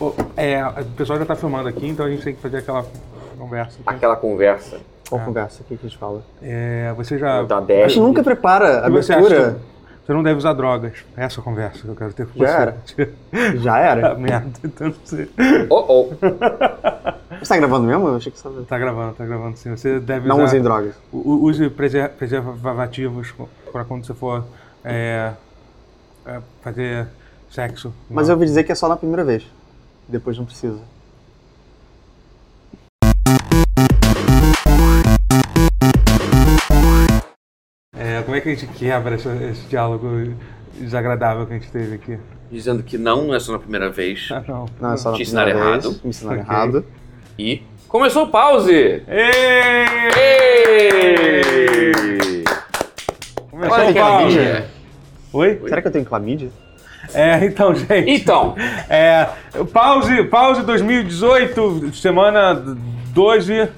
Ô, é, o pessoal já tá filmando aqui, então a gente tem que fazer aquela conversa. aqui. Aquela conversa. Qual Ah. conversa? O que, que a gente fala? É, você já. Da A 10. gente nunca prepara Tá. a E você acha abertura. que Você não deve usar drogas. Essa é a conversa que eu quero ter com Já você. era. Já Tá era. merda, então você. Oh, oh. Você tá gravando mesmo? Eu achei que você tava... Tá gravando, tá gravando sim. Você deve Não usar. usem drogas. u- Use preser- preservativos pra quando você for é, é, fazer sexo. Mas eu ouvi dizer que é só na primeira vez. Depois não precisa. É, como é que a gente quebra esse, esse diálogo desagradável que a gente teve aqui? Dizendo que não, não é só na primeira vez. Ah, não. Não, é só na Te primeira ensinaram vez. errado. Me ensinaram Ok. errado. E. Começou o pause! Ei! Começou Olha o que pau. alegria. Oi? Será que eu tenho clamídia? É, então, gente. Então, É, pause, pause 2018, semana 12.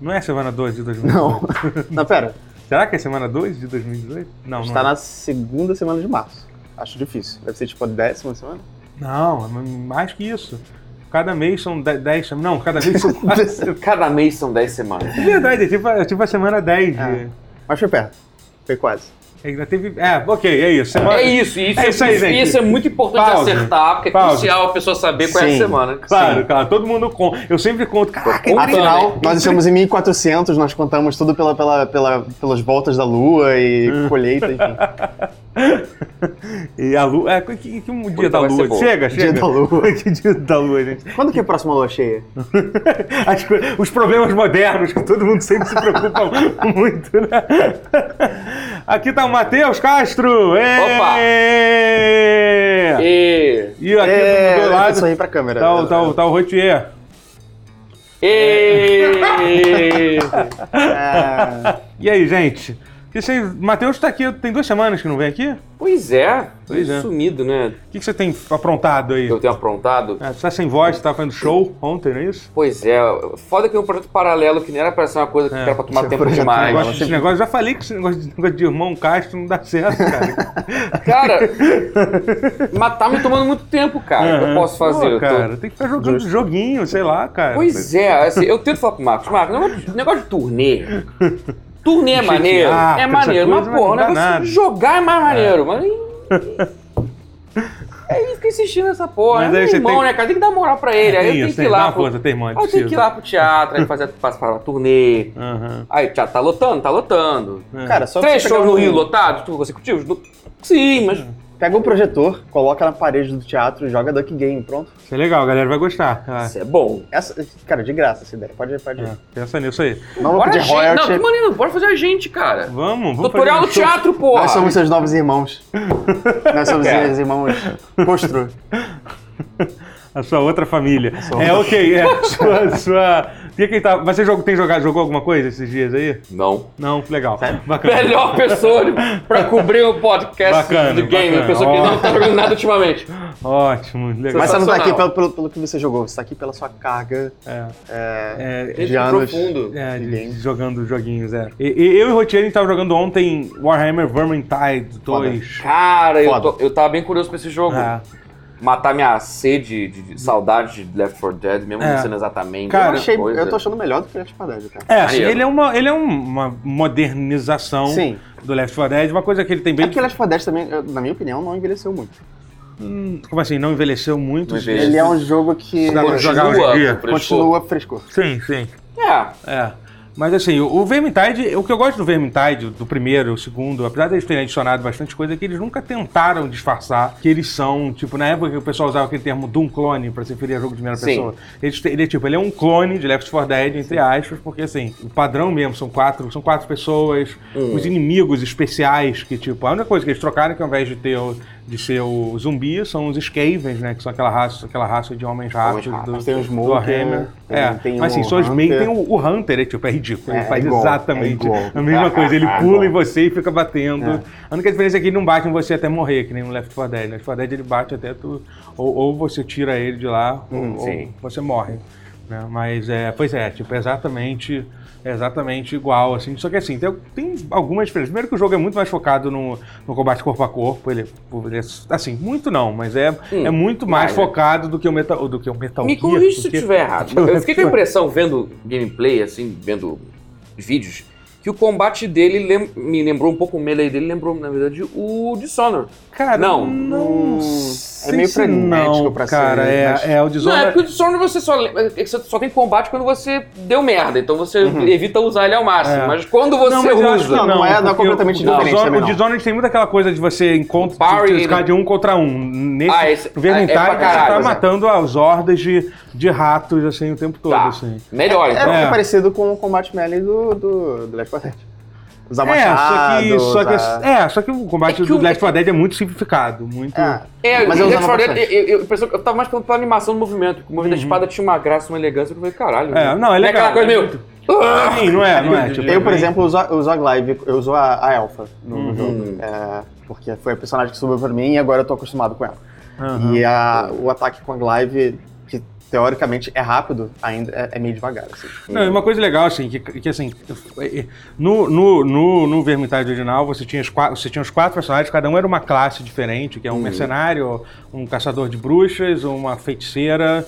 Não é semana 12 de 2018? Não. não, pera. Será que é semana 2 de 2018? Não, não. Está é. na segunda semana de março. Acho difícil. Deve ser tipo a décima semana. Não, é mais que isso. Cada mês são 10 semanas. Não, cada mês são 4. cada mês são 10 semanas. é verdade, é tipo, é tipo a semana 10. de- É. Mas foi perto. Foi quase. Ainda teve. É, ok, é isso. Semana... É isso, isso É isso aí, gente. Isso é muito importante Pause. acertar, porque Pause. é crucial a pessoa saber qual é a Sim. semana. Claro, claro, todo mundo conta. Eu sempre conto. Caraca, Contando, Afinal, né? nós estamos em 1400, nós contamos tudo pela, pela, pela, pelas voltas da lua e colheita, enfim. E a lua. É, que, que, que um dia Puta, da vai ser lua. bom. Chega, chega. Dia da lua. que dia da lua, né? gente. Quando que é a próxima lua cheia? As co- os problemas modernos que todo mundo sempre se preocupa muito, né? Aqui tá o Matheus Castro! Ê! E. E aqui do meu é, eu lado sorri pra câmera. tá, o- tá, o- tá o Rotier. E. É, E aí, gente? E vocês- Matheus tá aqui, tem duas semanas que não vem aqui? O Pois é, Pois é. sumido, né? que, que você tem aprontado aí? Que eu tenho aprontado. Ah, você tá sem voz, você tá fazendo show ontem, não é isso? Pois é, foda que é um projeto paralelo que nem era pra ser uma É. coisa que era pra tomar Esse tempo projeto Eu demais. gosto desse um negócio, já falei que esse negócio de, negócio de irmão Castro não dá certo, cara. Cara, mas tá me tomando muito tempo, cara. O que eu posso fazer? Pô, Eu tô- cara, tem que ficar jogando joguinho, sei lá, cara. Pois é, assim, eu tento falar pro Marcos, Marcos, negócio- negócio de turnê. Turnê é Encher maneiro, teatro, é ah, maneiro, essa mas coisa, mas porra, o não dá negócio nada. de jogar é mais maneiro, mas. Aí fica insistindo nessa Mas porra. é aí meu você irmão, tem- né, cara? Tem que dar moral pra ele. aí eu Tem tenho isso, que tem- ir dá lá. uma Pro... força, tem é irmã, aí eu tenho que ir lá pro teatro, aí fazer passar pra turnê. Aham. Aí, teatro tá lotando, tá lotando. cara, só Três você pegar shows no um- Rio lotados, tu consecutivos? No- Sim, mas. Pega um projetor, coloca na parede do teatro e joga Duck Game, pronto. Isso é legal, a galera vai gostar. Ah, Isso é bom. Essa, cara, de graça essa ideia. Pode ir, pode ir. é, pensa nisso aí. Não vou Bora a pedir gente. Não, que royalty. maneiro, bora fazer a gente, cara. Vamos, vamos Tutorial fazer no um show. teatro, porra. Nós somos seus novos irmãos. Nós somos É. os irmãos Postro. A sua outra família. sua é, outra- ok, é. Sua, sua... E quem tá... Mas você jogou, tem jogado, jogou alguma coisa esses dias aí? Não. Não? Legal. Bacana. Melhor pessoa de- pra cobrir o podcast Bacana, do game. bacana. A pessoa que Ó. não tá jogando nada ultimamente. Ótimo, legal. Mas você não tá aqui Sensacional. pelo, pelo, pelo que você jogou, você tá aqui pela sua carga É, é, é, Gente, de anos. profundo. é, de- Ninguém. jogando joguinhos, é. E, e- eu e o Rotier, a gente tava jogando ontem Warhammer Vermintide 2. Cara, eu, Foda. tô- eu tava bem curioso pra esse jogo. É. Matar minha sede, de, de saudade de Left 4 Dead, mesmo É. não sendo exatamente Cara, Eu, uma achei, coisa. eu tô achando melhor do que Left 4 Dead, cara. É, assim, Maneiro. ele é, uma, ele é uma modernização Sim. do Left 4 Dead, uma coisa que ele tem É bem... porque Left 4 Dead também, eu- na minha opinião, não envelheceu muito. Como assim, não envelheceu muito? Não isso- envelheceu. Ele é um jogo que Dá pra jogar hoje em dia. frescou. continua frescor. Sim, sim. É, É. Mas assim, o o Vermintide, o que eu gosto do Vermintide, do primeiro, o segundo, apesar de eles terem adicionado bastante coisa, é que eles nunca tentaram disfarçar que eles são, tipo, na época que o pessoal usava aquele termo Doom clone pra se referir a jogo de primeira Sim. pessoa. Eles te- Ele, é tipo, ele é um clone de Left 4 Dead, entre aspas, porque assim, o padrão mesmo, são quatro, são quatro pessoas, Um. os inimigos especiais, que tipo, a única coisa que eles trocaram é que ao invés de ter o- de ser o zumbi, são os Skavens, né, que são aquela raça, aquela raça de homens rápidos ratos. do, Tem o do Smoker, Warhammer. tem- um- é, tem mas o assim, só os meio, Hunter. tem o o Hunter é tipo, é ridículo. ele É, faz é igual, exatamente é igual. a mesma coisa. Ele É pula em igual. você e fica batendo. A única diferença é que ele não bate em você até morrer, que nem no Left 4 Hum, Dead. No Left 4 Dead ele bate até tu. Ou, ou você tira ele de lá, ou, ou sim. você morre. né? Mas é, pois é, tipo, é exatamente, é exatamente igual, assim. Só que assim, tem, tem algumas diferenças. Primeiro que o jogo é muito mais focado no, no combate corpo a corpo. Ele, ele é, assim, muito não, mas é, Hum, é muito mais vai, né? focado do que o Metal, do que o Metal Me Gear, corrija se eu porque- estiver errado. Eu fiquei com a impressão, vendo gameplay, assim, vendo vídeos, que o combate dele lem- me lembrou um pouco, o melee dele lembrou, na verdade, o Dishonored. Cara, Não. não Hum, sei é meio se frenético não, pra cara, ser, é, mas- é o Não, é Dishonored. porque o Dishonored você só, lem- é que você só tem combate quando você deu merda, então você evita usar ele ao máximo. É. Mas quando você mas eu acho que usa... Não, não é- não é porque completamente o, diferente O Dishonored, também, o não. Dishonored tem muito aquela coisa de você encontra parry, de, de ficar ele- de um contra um. Nesse, Ah, esse- no Vermintide, é- é pra você caralho, tá né? matando as hordas de, de ratos, assim, o tempo todo, Tá, assim. melhor, É, então. É. é parecido com o combate melee do, do, do Left 4 Dead. Usar É, Tá machado, tá. só que, só usar- que, é, só que o combate É que do o- Left 4 Dead é muito simplificado, muito... É, É, mas mas eu eu, usava eu, bastante. eu, eu, pensava- eu tava mais pela, pela animação do movimento. que O movimento da espada tinha uma graça, uma elegância, que eu falei, caralho. É, não, é né? legal, aquela coisa é meio... Ah! Sim, não é, não é. tipo, Eu, por é bem- Uhum. exemplo, uso a, eu uso a Glive, eu uso a, a Alpha no jogo. É, porque foi a personagem que subiu pra mim e agora eu tô acostumado com ela. Aham. E a- o ataque com a Glive, que teoricamente é rápido, ainda é, é meio devagar. assim. Não, e uma coisa legal, assim, que, que assim, no, no, no, no Vermintide original você tinha, os quatro, você tinha os quatro personagens, cada um era uma classe diferente, Uhum. que é um mercenário, um caçador de bruxas, uma feiticeira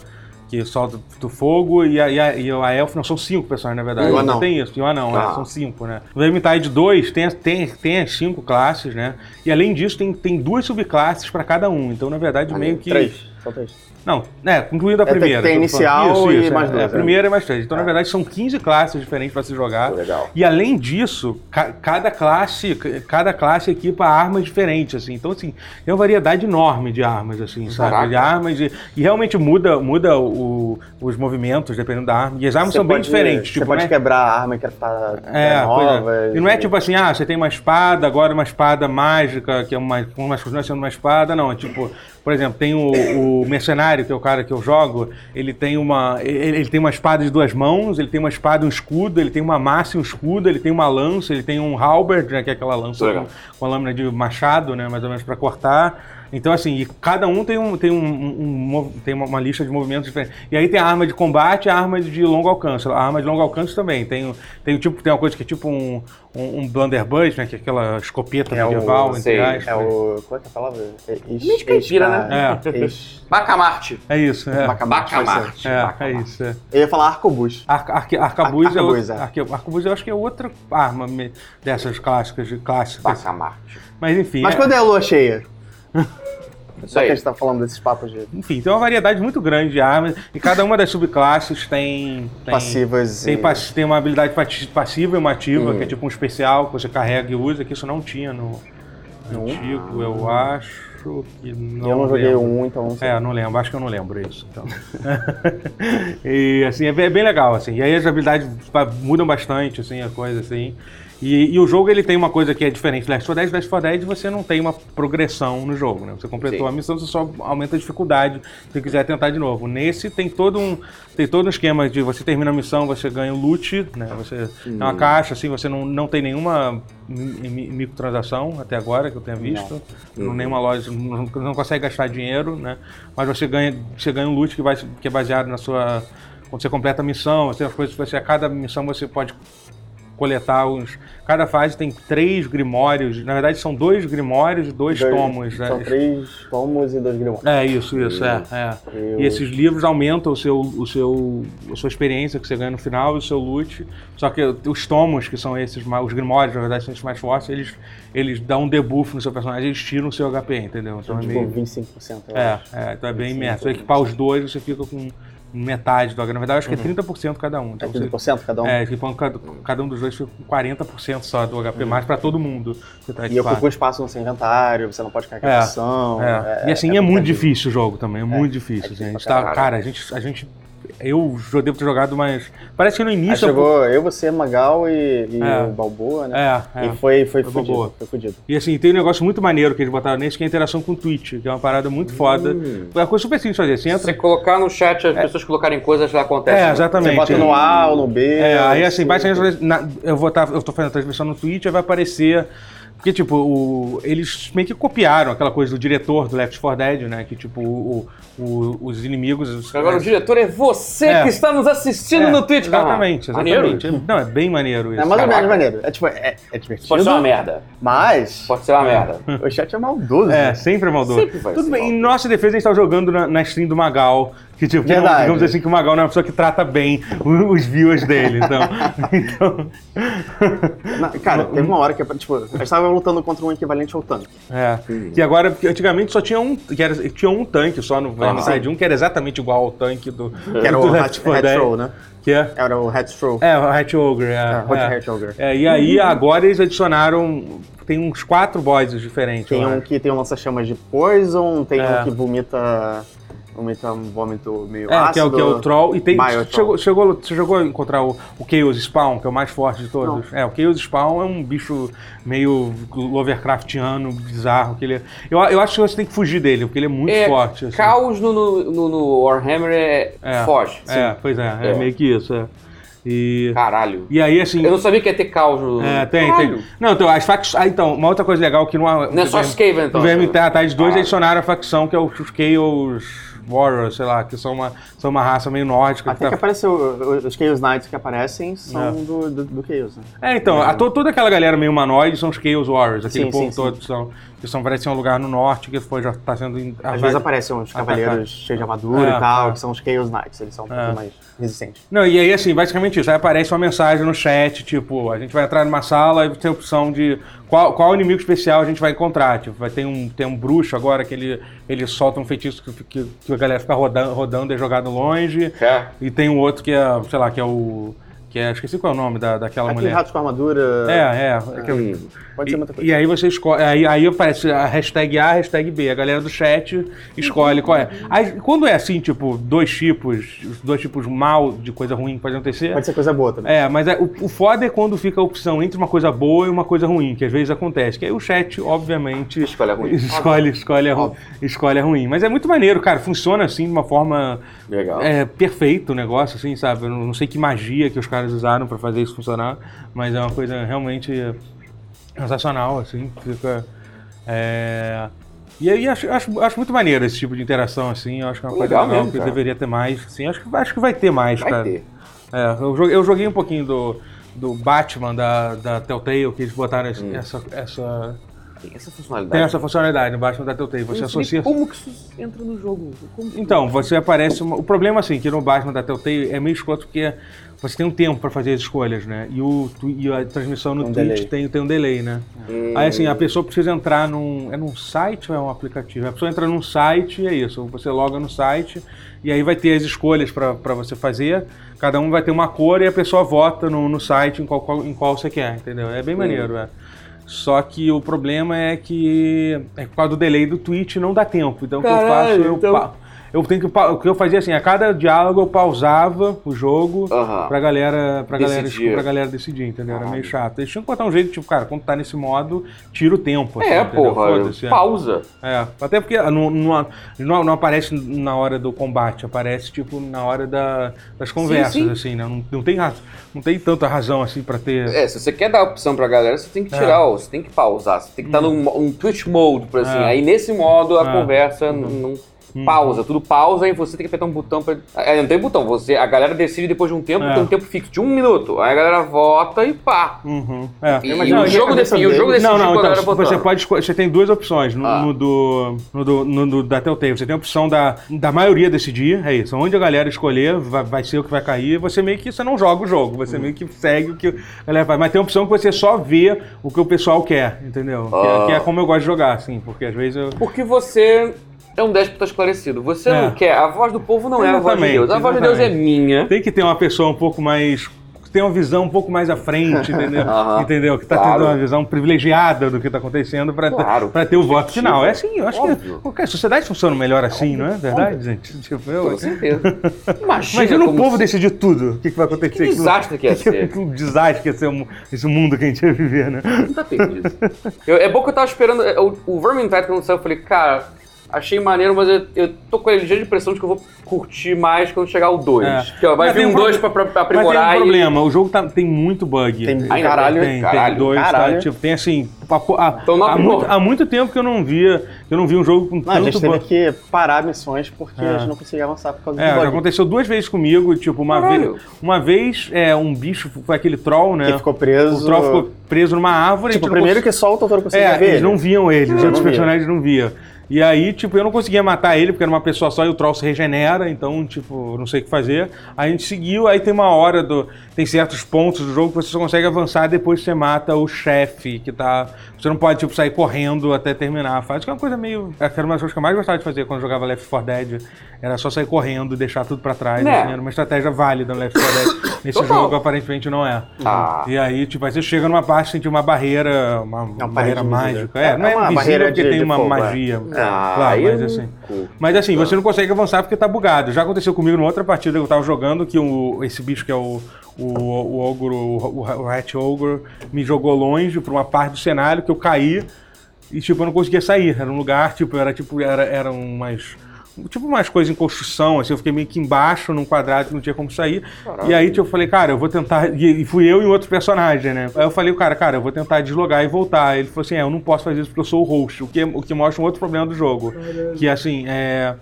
que solta do fogo, e a, e a, e a elf, não, são cinco personagens, na verdade. E o Ainda anão. Tem isso, e o anão, Ah. é, são cinco, né? No Vermintide 2 tem, as- tem, tem as cinco classes, né? E além disso tem, tem duas subclasses para cada um, então na verdade meio que... Três, só três. Não, né, incluindo a É, tem- primeira. tem que eu tô falando. inicial Isso, e isso, mais é, duas, É, a né? primeira e mais três. Então, na É. verdade, são 15 classes diferentes para se jogar. Legal. E além disso, ca- cada classe, ca- cada classe equipa armas diferentes, assim. Então, assim, tem uma variedade enorme de armas, assim, Caraca. sabe? De armas e, e realmente muda, muda o- os movimentos dependendo da arma. E as armas Você Tá, são bem pode- diferentes, tipo, Você pode né? quebrar a arma e craftar É, pois é. novas. E não é tipo assim, ah, você tem uma espada, agora uma espada mágica, que é uma, uma continua sendo uma espada, não. É tipo, por exemplo, tem o, o mercenário, que é o cara que eu jogo, ele tem uma. Ele, ele tem uma espada de duas mãos, ele tem uma espada e um escudo, ele tem uma massa e um escudo, ele tem uma lança, ele tem um halberd, né? Que é aquela lança Legal. com, com a lâmina de machado, né? Mais ou menos pra cortar. Então, assim, e cada um tem, um, tem, um, um- um mov- tem uma, uma lista de movimentos diferentes. E aí tem a arma de combate e a arma de longo alcance. A arma de longo alcance também. Tem, o- tem, o tipo, tem uma coisa que é tipo um, um, um blunderbuss, né? Que é aquela escopeta É o- medieval, sei, entre aspas. É o. Qual é que é a palavra? É, Meio de caipira, né? É. Ex, Bacamarte. É isso, é. Bacamarte, vai ser. Bacamarte. É, é isso. É. Eu ia falar arcobus. Arca- arque- arcabuz, Ar- é arcabuz, outra, é. arque- arcabuz eu acho que é outra arma me- dessas clássicas, de clássicas. Bacamarte. Mas enfim. Mas é- quando é a lua cheia? Isso Só que a aí. gente tá falando desses papos de Enfim, tem uma variedade muito grande de armas e cada uma das subclasses tem. tem passivas Tem, e... pass- tem uma habilidade pati- passiva e uma ativa, Uhum. que é tipo um especial que você carrega e usa, que isso não tinha no no antigo, eu acho que não. Eu não joguei lembro. um, então não sei. É, eu não lembro, acho que eu não lembro isso. Então. e assim, é bem, é bem legal, assim. E aí as habilidades pa- mudam bastante, assim, a coisa, assim. E, e o jogo ele tem uma coisa que é diferente do Last 4 Dead. Last 4 Dead você não tem uma progressão no jogo, né? Você completou Sim. a missão, você só aumenta a dificuldade se quiser tentar de novo. Nesse tem todo um tem todo um esquema de você termina a missão, você ganha o loot, né? Você é uma caixa, assim, você não, não tem nenhuma mi- mi- microtransação até agora que eu tenha visto. Não, Uhum. nenhuma loja não, não consegue gastar dinheiro, né? Mas você ganha, você ganha um loot que, vai, que é baseado na sua. Quando você completa a missão, você tem as coisas que você. A cada missão você pode coletar uns. Cada fase tem três grimórios. Na verdade, são dois grimórios e dois, Dois- tomos. né? São três tomos e dois grimões. É, isso, isso, é. é. Eu- E esses livros aumentam o seu, o seu, a sua experiência que você ganha no final e o seu loot. Só que os tomos, que são esses, mais- os grimórios, na verdade, são esses mais fortes, eles, eles dão um debuff no seu personagem, eles tiram o seu HP, entendeu? Então é Tipo, meio. 25%. eu É, acho. é, então é bem imerso. Você equipar os dois, você fica com metade do HP. Na verdade, acho que é 30% cada um. Uhum. É Então você- 30% cada um? é, equipando cada, cada um dos dois fica com 40% só do HP, mais pra todo mundo que tá Uhum. E equipado. ocupa um espaço no seu inventário, você não pode carregar É. a poção. É. e assim, é, muito difícil o jogo também, é, muito difícil. assim, a gente pra tá, caralho. cara, a gente, a gente. Eu já devo ter jogado, mas. Parece que no Aí início. chegou eu, você, Magal e, e É. o Balboa, né? É, é. E foi, foi Foi fudido. Balboa. Foi fudido. E assim, tem um negócio muito maneiro que eles botaram nesse, que é a interação com o Twitch, que é uma parada muito foda. Hum. É uma coisa super simples de fazer. Você Se você entra. colocar no chat as pessoas colocarem coisas, já acontece. É, né? exatamente. Você bota no né? A ou no B. É, aí assim, você- tá, basicamente, na- eu vou estar, eu tô fazendo a transmissão no Twitch, aí vai aparecer Porque, tipo, o- eles meio que copiaram aquela coisa do diretor do Left 4 Dead, né? Que, tipo, o- o- os inimigos. os- Agora o diretor é você É. que está nos assistindo É, no Twitch, cara. Exatamente, Maneiro. exatamente. Não, é bem maneiro isso. Ah, É mais ou menos Caraca. maneiro. É tipo, é, é divertido. Pode ser uma merda. Mas Pode ser uma merda. o chat é maldoso. É, né? sempre é maldoso. Sempre vai Tudo ser bem, em maldoso. nossa defesa a gente tá jogando na, na stream do Magal. Que, tipo, que não- Verdade. digamos assim que o Magal não é uma pessoa que trata bem o- os viewers dele, então. então Na- cara, teve uma hora que, tipo, eu estava lutando contra um equivalente ao tanque. é. E agora, porque antigamente só tinha um, que era, tinha um tanque só no Aham. Side 1, que era exatamente igual ao tanque do. Ah, Que era do o Left Hat- 4 Dead, Headthrow, né? Que é. Era o Headthrow. É, o Hat Ogre. É, Hot é. Hat Ogre. É, e aí agora eles adicionaram. Tem uns quatro bosses diferentes. Tem eu um acho. que tem um lança-chamas de poison, tem É. um que vomita, vomita um vômito meio É, ácido. que é, o, que é o Troll. E tem. Biotroll. Chegou, chegou, você jogou a encontrar o, o Chaos Spawn, que é o mais forte de todos? É, o Chaos Spawn é um bicho meio Lovecraftiano, bizarro. Que ele é- eu, eu acho que você tem que fugir dele, porque ele é muito É, forte. assim. Caos no, no, no- no Warhammer é, É, foge. É, pois é, é, É. meio que isso. é. E, Caralho. e aí, assim. Eu não sabia que ia ter caos no. É, tem, Caralho. tem. Não, então, as facções. Ah, então, uma outra coisa legal que não há. Não é só Skaven, então. No VM Terra Tide 2 Ah. adicionaram a facção que é os Chaos Warriors, sei lá, que são uma, são uma raça meio nórdica. que Até tá- que apareceu, os Chaos Knights que aparecem são É. do, do, do Chaos, né? É, então, a to- toda aquela galera meio humanoide são os Chaos Warriors, aquele Sim, povo sim, sim. todo que são, que são, parece ser um lugar no norte que foi, já tá sendo... in- Às vai- vezes aparecem uns Atacar. cavaleiros cheios de armadura É, e tal, é. que são os Chaos Knights, eles são um É. pouco mais resistentes. Não, e aí, assim, basicamente isso. Aí aparece uma mensagem no chat, tipo, a gente vai entrar numa sala e tem a opção de qual, qual inimigo especial a gente vai encontrar. Tipo, vai ter um, tem um bruxo agora que ele, ele solta um feitiço que, que, que a galera fica rodando, rodando e é jogado longe. É. E tem um outro que é, sei lá, que é o... Que é, esqueci qual é o nome da, daquela Aquele mulher. rato com armadura É, é. é que eu- Hum. pode ser muita E, coisa. e aí você escolhe. Aí, aí aparece a hashtag A, a hashtag B. A galera do chat escolhe qual é. Aí, quando é assim, tipo, dois tipos, os dois tipos mal de coisa ruim que pode acontecer. Pode ser coisa boa também. É, mas é- o, o foda é quando fica a opção entre uma coisa boa e uma coisa ruim, que às vezes acontece. Que aí o chat, obviamente. Escolhe a ruim. Escolhe, escolhe, a, ru- escolhe a ruim. Mas é muito maneiro, cara. Funciona assim de uma forma Legal. é, perfeito o negócio, assim, sabe? Eu não não sei que magia que os caras usaram pra fazer isso funcionar, mas é uma coisa realmente sensacional, assim, fica. é, E aí acho, acho, acho muito maneiro esse tipo de interação, assim. Eu acho que é uma coisa Legal legal mesmo, que cara. deveria ter mais, assim. Acho que, acho que vai ter mais, Vai cara. ter. É, eu, joguei, eu joguei um pouquinho do, do Batman da, da Telltale, que eles botaram esse- Hum. essa, essa. Tem essa Tem funcionalidade. essa funcionalidade no Batman da Telltale. Você Não sei associa. Como que isso entra no jogo? Como que- Então, você aparece. uma- O problema, assim, que no Batman da Telltale é meio escroto porque você tem um tempo pra fazer as escolhas, né? E, o, tu- e a transmissão no Um delay. Twitch tem, tem um delay, né? Aí, assim, a pessoa precisa entrar num. É num site ou é um aplicativo? A pessoa entra num site e é isso. Você loga no site e aí vai ter as escolhas pra pra você fazer. Cada um vai ter uma cor e a pessoa vota no, no site em qual, qual- em qual você quer, entendeu? É bem maneiro, é. Só que o problema é que é por causa do delay do Twitch não dá tempo. Então o que eu Caralho, faço, eu então- pa- eu tenho que pa- o que eu fazia assim, a cada diálogo eu pausava o jogo Aham. pra galera, pra galera, Decidir. Ah, pra galera decidir, entendeu? Era meio Caralho. chato. Eles tinham que botar um jeito, tipo, cara, quando tá nesse modo, tira o tempo. assim, É, entendeu? porra. Foda-se, é. Pausa. É, até porque não, não, não- não aparece na hora do combate, aparece tipo na hora da- das conversas, sim. assim, né? Não, não tem, raz- não tem tanta razão assim pra ter. É, se você quer dar opção pra galera, você tem É. que tirar, ó, você tem que pausar, você tem que estar num, mo- um Twitch mode, por assim. Uhum. É. Aí nesse modo a É. Uhum. conversa n- não pausa, tudo pausa e você tem que apertar um botão pra. É, não tem botão, você, a galera decide depois de um tempo, É. tem um tempo fixo de um minuto. Aí a galera vota e pá. Uhum, é. E, imagino o que jogo a decide, e o cabeça jogo dele- decide Não, não, com a então galera você votando. pode escolher. Você tem duas opções no, Ah. no do, no do, no do- da Telltale. Você tem a opção da, da maioria decidir, é isso. Onde a galera escolher, vai, vai ser o que vai cair. Você meio que você não joga o jogo, Uhum. você meio que segue o que a galera vai. Mas tem a opção que você só vê o que o pessoal quer, entendeu? Que, é, Ah. que é como eu gosto de jogar, assim, porque às vezes eu. Porque você é um déspota esclarecido. Você É. não quer. A voz do povo não é a voz de Exatamente, Deus. A voz de Deus é exatamente. minha. Tem que ter uma pessoa um pouco mais. que Tem uma visão um pouco mais à frente, entendeu? Aham. entendeu? Que tá Claro. tendo uma visão privilegiada do que tá acontecendo pra, ter- Claro. pra ter o voto final. É assim, eu acho Óbvio. que qualquer sociedade funciona melhor assim, não é verdade, gente? Tipo, eu- Com certeza. Imagina, Imagina o Então como povo se- decidir tudo. O que, que vai acontecer? Que desastre que ia ser. Que um desastre que ia ser o- esse mundo que a gente ia viver, né? Não tá perdido. Eu- é bom que eu tava esperando. é, O, o Vermintide, quando saiu, eu falei, cara, achei maneiro, mas eu, eu tô com a ligeira impressão de que eu vou curtir mais quando chegar o 2. É. Que, ó, vai Mas vir tem um um 2 pro- pra, pra, pra Mas tem aprimorar um e- problema, o jogo tá- tem muito bug. Tem- Ainda Caralho, tem, caralho, tem dois, caralho. tá? Tipo, tem assim, a- a- Então não há, aprimorou. muito, há muito tempo que eu não via, que eu não via um jogo com Não, a tanto gente teve bug. que parar missões porque É. a gente não conseguia avançar por causa É, já do bug. aconteceu duas vezes comigo, tipo, uma Caralho. vez, uma vez é, um bicho, foi aquele troll, né? Que ficou preso. O troll ficou preso numa árvore. a Tipo, gente não primeiro cons- que só o Totoro conseguia É, ver. eles ele. não viam ele, os Não outros via. personagens não via. E aí, tipo, eu não conseguia matar ele, porque era uma pessoa só e o troll se regenera, então, tipo, eu não sei o que fazer. Aí a gente seguiu, aí tem uma hora do. Tem certos pontos do jogo que você só consegue avançar depois que você mata o chefe, que tá. Você não pode, tipo, sair correndo até terminar a fase, que é uma coisa meio. Era uma das coisas que eu mais gostava de fazer quando jogava Left 4 Dead. Era só sair correndo e deixar tudo pra trás. Né? assim, era uma estratégia válida no Left 4 Dead. Nesse Total. jogo, aparentemente, não é. Ah. Tá. E aí, tipo, aí você chega numa parte, tem uma barreira, uma, É uma barreira parede um invisível. mágica. É, É não é uma invisível barreira porque de- tem de uma fogo, é. um magia. Ah, claro, eu mas não assim. curto. Mas assim, você não consegue avançar porque tá bugado. Já aconteceu comigo numa outra partida que eu tava jogando, que o, esse bicho que é o. O, o ogro, o, o Hat Ogre, me jogou longe pra uma parte do cenário que eu caí e, tipo, eu não conseguia sair. Era um lugar, tipo, era tipo, era, eram umas. Tipo, umas coisas em construção, assim, eu fiquei meio que embaixo, num quadrado que não tinha como sair. E aí, tipo, eu falei, cara, eu vou tentar. E e fui eu e um outro personagem, né? Aí eu falei, cara, cara, eu vou tentar deslogar e voltar. Ele falou assim: é, eu não posso fazer isso porque eu sou o host, o que, o que mostra um outro problema do jogo. Que assim, é.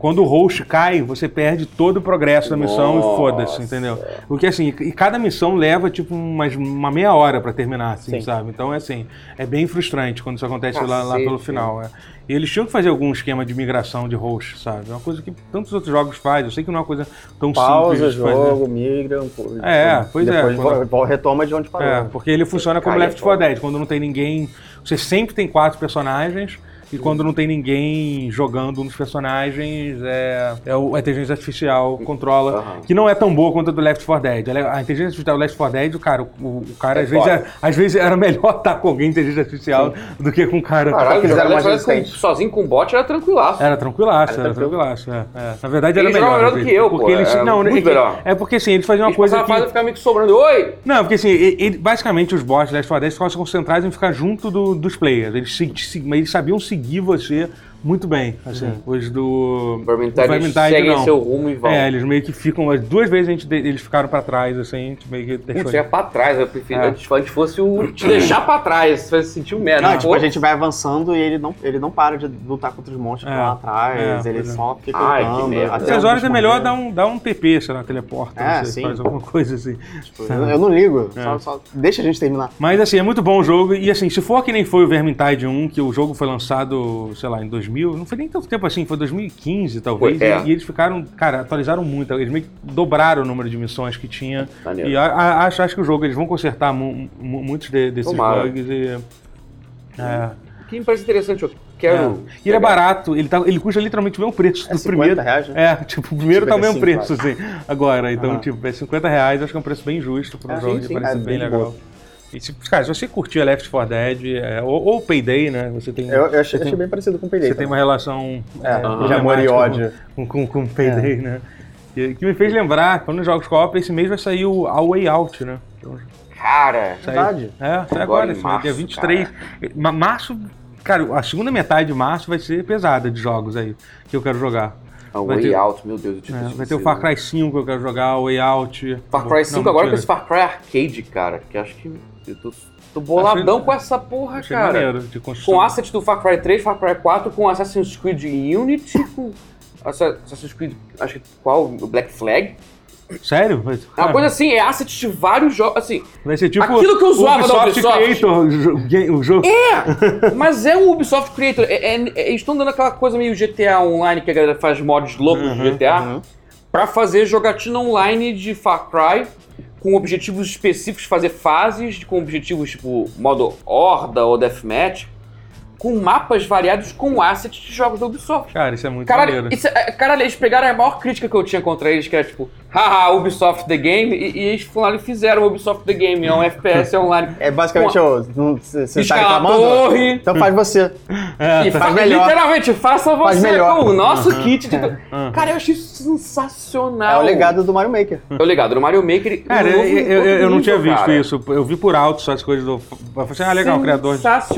Quando o host cai, você perde todo o progresso da missão Nossa. e foda-se, entendeu? Porque assim, e cada missão leva tipo umas, uma meia hora pra terminar, assim, Sim. sabe? Então é assim, é bem frustrante quando isso acontece lá, lá Cacete. pelo final. é. E eles tinham que fazer algum esquema de migração de host, sabe? É uma coisa que tantos outros jogos fazem. Eu sei que não é uma coisa tão Pausa o simples de fazer. jogo, migra um pouco. É, pois é, Depois quando- vol- vol- retoma de onde parou. É, porque ele funciona como Caia, Left 4 pô. Dead. Quando não tem ninguém. Você sempre tem quatro personagens. E quando não tem ninguém jogando um dos personagens, é, é o, a inteligência artificial controla. Aham. Que não é tão boa quanto a do Left 4 Dead. Ela- é, A inteligência artificial do Left 4 Dead, o cara, o, o cara É às, vezes foda. era, às vezes era melhor estar com alguém inteligência artificial do que com um cara. Caralho, fizeram jogar mais Left 4 Dead resistente. com- sozinho com bot era tranquilaço. Era tranquilaço, era, Era tranquilo. tranquilaço. é, é. Na verdade era Eles melhor. jogavam melhor às do vezes, que eu, porque pô, eles- é não, muito é, que- melhor. é porque assim, eles faziam uma Eles coisa passavam a que... fase e ficava meio que sobrando. Oi! Não, porque assim, e- ele- basicamente os bosses da Last 4 Dead ficavam concentrados em ficar junto do- dos players. Eles, se- se- mas eles sabiam seguir você muito bem. Assim, Os do. O Vermintide, o eles Vermintide seguem não. seu rumo e vão. É, eles meio que ficam. as Duas vezes a gente, de- eles ficaram pra trás, assim, a gente meio que deixou. Putz, é pra trás, eu prefiro. É. Antes, antes fosse o te deixar pra trás, você se sentiu merda. Não, Ah, tipo, Pô, a gente vai avançando e ele não, ele não para de lutar contra os monstros É. lá atrás, É, ele pois é. só fica Ai, que lutando. merda. até Essas o horas é né? bicho melhor morrer. dar um, dar um TP, sei lá, teleporta, É, Ah, não sei, sim. faz alguma coisa assim. Tipo, Eu, eu não ligo, É. só, só deixa a gente terminar. Mas assim, é muito bom o jogo. E assim, se for que nem foi o Vermintide 1, que o jogo foi lançado, sei lá, em 2000, não foi nem tanto tempo assim, foi 2015 talvez. Foi, é. e, e eles ficaram, cara, atualizaram muito. Eles meio que dobraram o número de missões que tinha. Maneiro. E a- a- acho, acho que o jogo, eles vão consertar mu- mu- muitos de- desses Tomara. bugs. E, é. O que me parece interessante, eu quero. É. E ele é pegar. barato, ele, tá, ele custa literalmente o mesmo preço É do 50 primeiro. reais, né? É, tipo, o primeiro Tipo, tá o é mesmo cinco, preço, assim, agora. Então, Aham. tipo, é 50 reais, acho que é um preço bem justo pra um É, jogo sim, que sim. parece É, bem bem de legal. boa. E, tipo, cara, se você curtir Left 4 Dead, é, ou, ou Payday, né? Você tem, Eu, eu você achei, tem, achei bem parecido com o Pelé. você tem uma relação É, de amor e problemática ódio. É. Com, com, com Payday, né? Que, que me fez lembrar, quando eu jogo co-op, esse mês vai sair o A Way Out, né? Então, Cara, Sai- Verdade. É, sai Agora agora, em assim, março, dia 23. Ma- Março, cara, a segunda metade de março vai ser pesada de jogos aí que eu quero jogar. a Vai Way ter- Out, meu Deus, eu tinha É, vai ter esquecido. o Far Cry 5 que eu quero jogar, o Way Out. Far Cry Não, 5 agora com mentira. esse Far Cry Arcade, cara. Que acho que. Eu tô, tô boladão Achei- com essa porra, Achei cara. maneiro de Com construção. asset do Far Cry 3, Far Cry 4, com Assassin's Creed Unity, com Assa- Assassin's Creed, acho que qual? O Black Flag. Sério? Vai, É uma coisa assim, é asset de vários jogos, assim. vai ser tipo Aquilo que eu zoava da Ubisoft Ubisoft. Creator, o jo- game- o jogo. Mas é o Ubisoft Creator, é, é- é- eles estão dando aquela coisa meio GTA Online, que a galera faz mods loucos Uhum, de GTA, pra fazer jogatina online de Far Cry, com objetivos específicos, fazer fases, com objetivos tipo modo Horda ou Deathmatch, com mapas variados com assets de jogos da Ubisoft. Cara, isso é muito Caralho, maneiro. isso é- caralho, eles pegaram a maior crítica que eu tinha contra eles, que era tipo, haha, Ubisoft The Game, e, e eles falaram e fizeram Ubisoft The Game, Uhum. é um FPS online. É basicamente o. Você tá Escala a reclamando? torre. Então faz você. É. E fa- melhor. Literalmente, faça você Faz melhor. com o nosso kit de. Uhum. Cara, eu achei isso É sensacional. o legado do Mario Maker. É o legado do Mario Maker. ele- Cara, um eu, novo- eu- eu- eu outro não nível, tinha visto cara. isso. Eu vi por alto só as coisas do. Eu falei assim, ah, legal, o criador. de- Sensacional.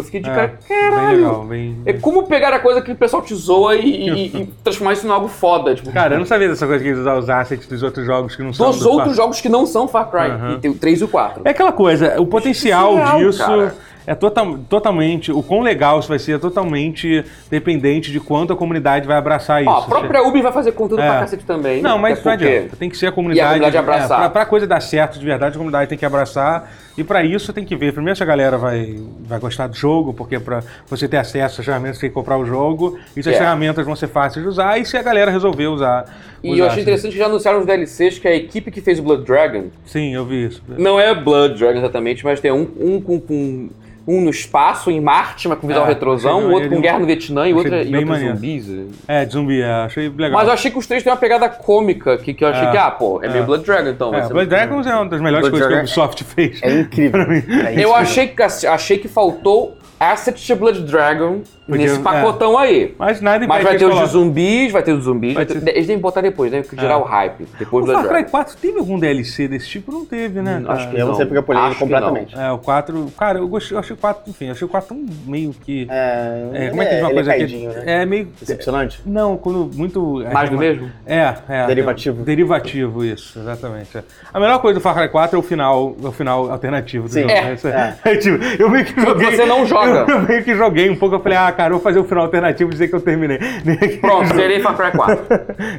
Fiquei de É, cara, Bem legal, caralho. bem. É como pegar a coisa que o pessoal te zoa e, e- e transformar isso em algo foda. Tipo, Cara, eu não sabia dessa coisa que eles usam os assets dos outros jogos que não são. dos do- outros jogos que não são Far Cry. Uhum. E tem o 3 e o 4. É aquela coisa, o potencial surreal, disso cara. é total- totalmente. O quão legal isso vai ser é totalmente dependente de quanto a comunidade vai abraçar isso. Ó, a própria Ubi vai fazer conteúdo É. pra cacete também. Não, mas até não porque- adianta. Tem que ser a comunidade. E a comunidade abraçar. É, pra, pra coisa dar certo de verdade, a comunidade tem que abraçar. E pra isso tem que ver. Primeiro se a galera vai, vai gostar do jogo, porque pra você ter acesso às ferramentas tem que comprar o jogo. E se as É. ferramentas vão ser fáceis de usar. E se a galera resolver usar. E os eu assets. achei interessante que já anunciaram os DLCs que é a equipe que fez o Blood Dragon Sim, eu vi isso. Não é Blood Dragon exatamente, mas tem um, um com, com- um no espaço, em Marte, mas com visual É, retrosão, achei- o outro ele- com guerra no Vietnã e achei outra e bem outro maneiro. zumbis. é. É, de zumbi, é, achei legal. Mas eu achei que os três têm uma pegada cômica, que, que eu achei É, que, ah, pô, é, meio é. Blood Dragon, então. vai É, ser- Blood Dragons é uma das melhores Blood coisas que a Dragon Ubisoft fez. É incrível. É Eu incrível. achei que, assim, achei que faltou asset de Blood Dragon Podia- nesse é. patão aí. Mas nada Mas impede vai que ter os coloque. de zumbis, vai ter os de zumbis. Vai vai ter- ter- É. Eles devem botar depois, né? Que gerar o hype. Depois O do Blood Far Cry Dragon. 4 teve algum DLC desse tipo? Não teve, né? cara? acho que Eu não sei porque eu Acho polhei que não. completamente. É, o 4. Cara, eu, gostei, eu achei o 4, enfim, eu achei o 4 um meio que. É, É, como é que diz uma ele coisa é aqui? caidinho, né? É meio. Decepcionante. Não, quando muito. Mais do mesmo? É, é. Derivativo. Derivativo, isso, exatamente. é. A melhor coisa do Far Cry 4 é o final, é o final alternativo do Sim, jogo. é, né? Isso é, tipo, eu meio que joguei. você não joga. Eu, eu meio que joguei um pouco, eu falei, ah, cara, eu vou fazer o final alternativo e dizer que eu terminei. Pronto, zerei Far Cry 4.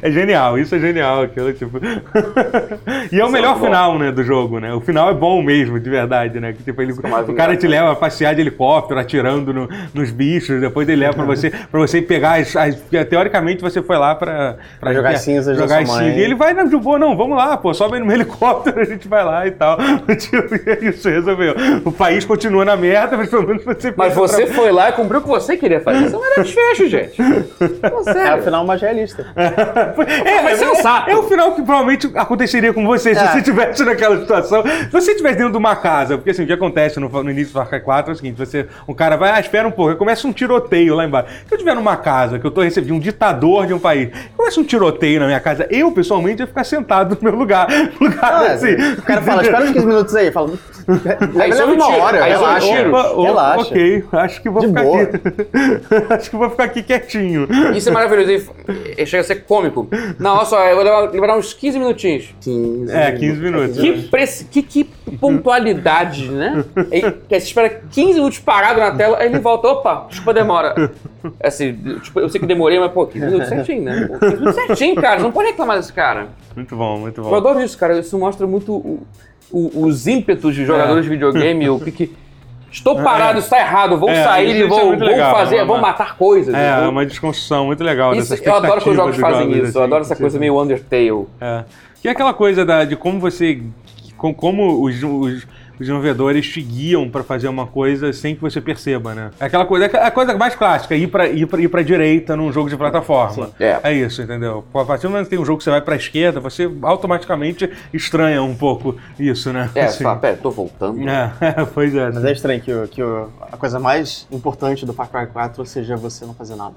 É genial, isso é genial, aquilo, tipo. e é o melhor bom. final, né, do jogo, né? O final é bom mesmo, de verdade, né? Que, tipo, ele, Fica mais o cara engraçado. te leva a passear de helicóptero, atirando no- nos bichos, depois ele leva pra você, pra você pegar as, as- porque, Teoricamente você foi lá pra, pra jogar cinzas da jogar as sua cinzas. mãe. E ele vai, não, de boa, não, vamos lá, pô, sobe no meu helicóptero, a gente vai lá e tal. Tipo, e é isso, resolveu. O país continua na merda, mas pelo menos você Mas pensa você foi lá e cumpriu o que você queria fazer. Isso é um não era desfecho, gente. Não, É, sério. afinal, mais realista. É, mas você não é- sabe. É o final que provavelmente aconteceria com você se É. você estivesse naquela situação. Se você estivesse dentro de uma casa, porque assim, o que acontece no, no início do Far Cry 4 é o seguinte: você, um cara vai, ah, espera um pouco, aí começa um tiroteio lá embaixo. Se eu estiver numa casa que eu tô recebendo um ditador de um país, começa um tiroteio na minha casa, eu pessoalmente ia ficar sentado no meu lugar. Lugar Ah, assim. O cara fala, espera uns 15 minutos aí. Fala, Aí leva sobe uma tiro, hora, aí sobe relaxa. tiro. Opa, o- um Relaxa. Ok, acho que vou De ficar boa. aqui. acho que vou ficar aqui quietinho. Isso é maravilhoso. e- e Chega a ser cômico. Não, olha só, eu vou levar, liberar uns 15 minutinhos. 15. É, 15 minutos. Que, preci- que, que pontualidade, né? E- Que aí você espera 15 minutos parado na tela, aí ele volta. Opa, desculpa, a demora. Assim, tipo, eu sei que demorei, mas pô, 15 minutos certinho, né? Pô, 15 minutos certinho, cara. Você não pode reclamar desse cara. Muito bom, muito Eu bom. adoro isso, cara. Isso mostra muito o- o- os ímpetos de jogadores de videogame, o que que. Estou parado, isso está errado, vou É. É, sair isso- e isso é vou, muito vou legal, fazer, é uma- vou matar coisas. É, é eu, uma desconstrução muito legal isso, dessa eu adoro quando os jogos expectativa fazem dos jogos, isso, eu assim, adoro essa tipo, coisa meio Undertale. É. Que é aquela coisa da- de como você. com- Como os, os, os desenvolvedores te guiam pra fazer uma coisa sem que você perceba, né? É aquela coisa, é a coisa mais clássica, ir pra, ir, pra, ir pra direita num jogo de plataforma. É. isso, entendeu? A partir do momento que tem um jogo que você vai pra esquerda, você automaticamente estranha um pouco isso, né? É, Assim. só, pera, tô voltando. É, pois é. Mas é estranho que, o- que o- a coisa mais importante do Far Cry 4 seja você não fazer nada.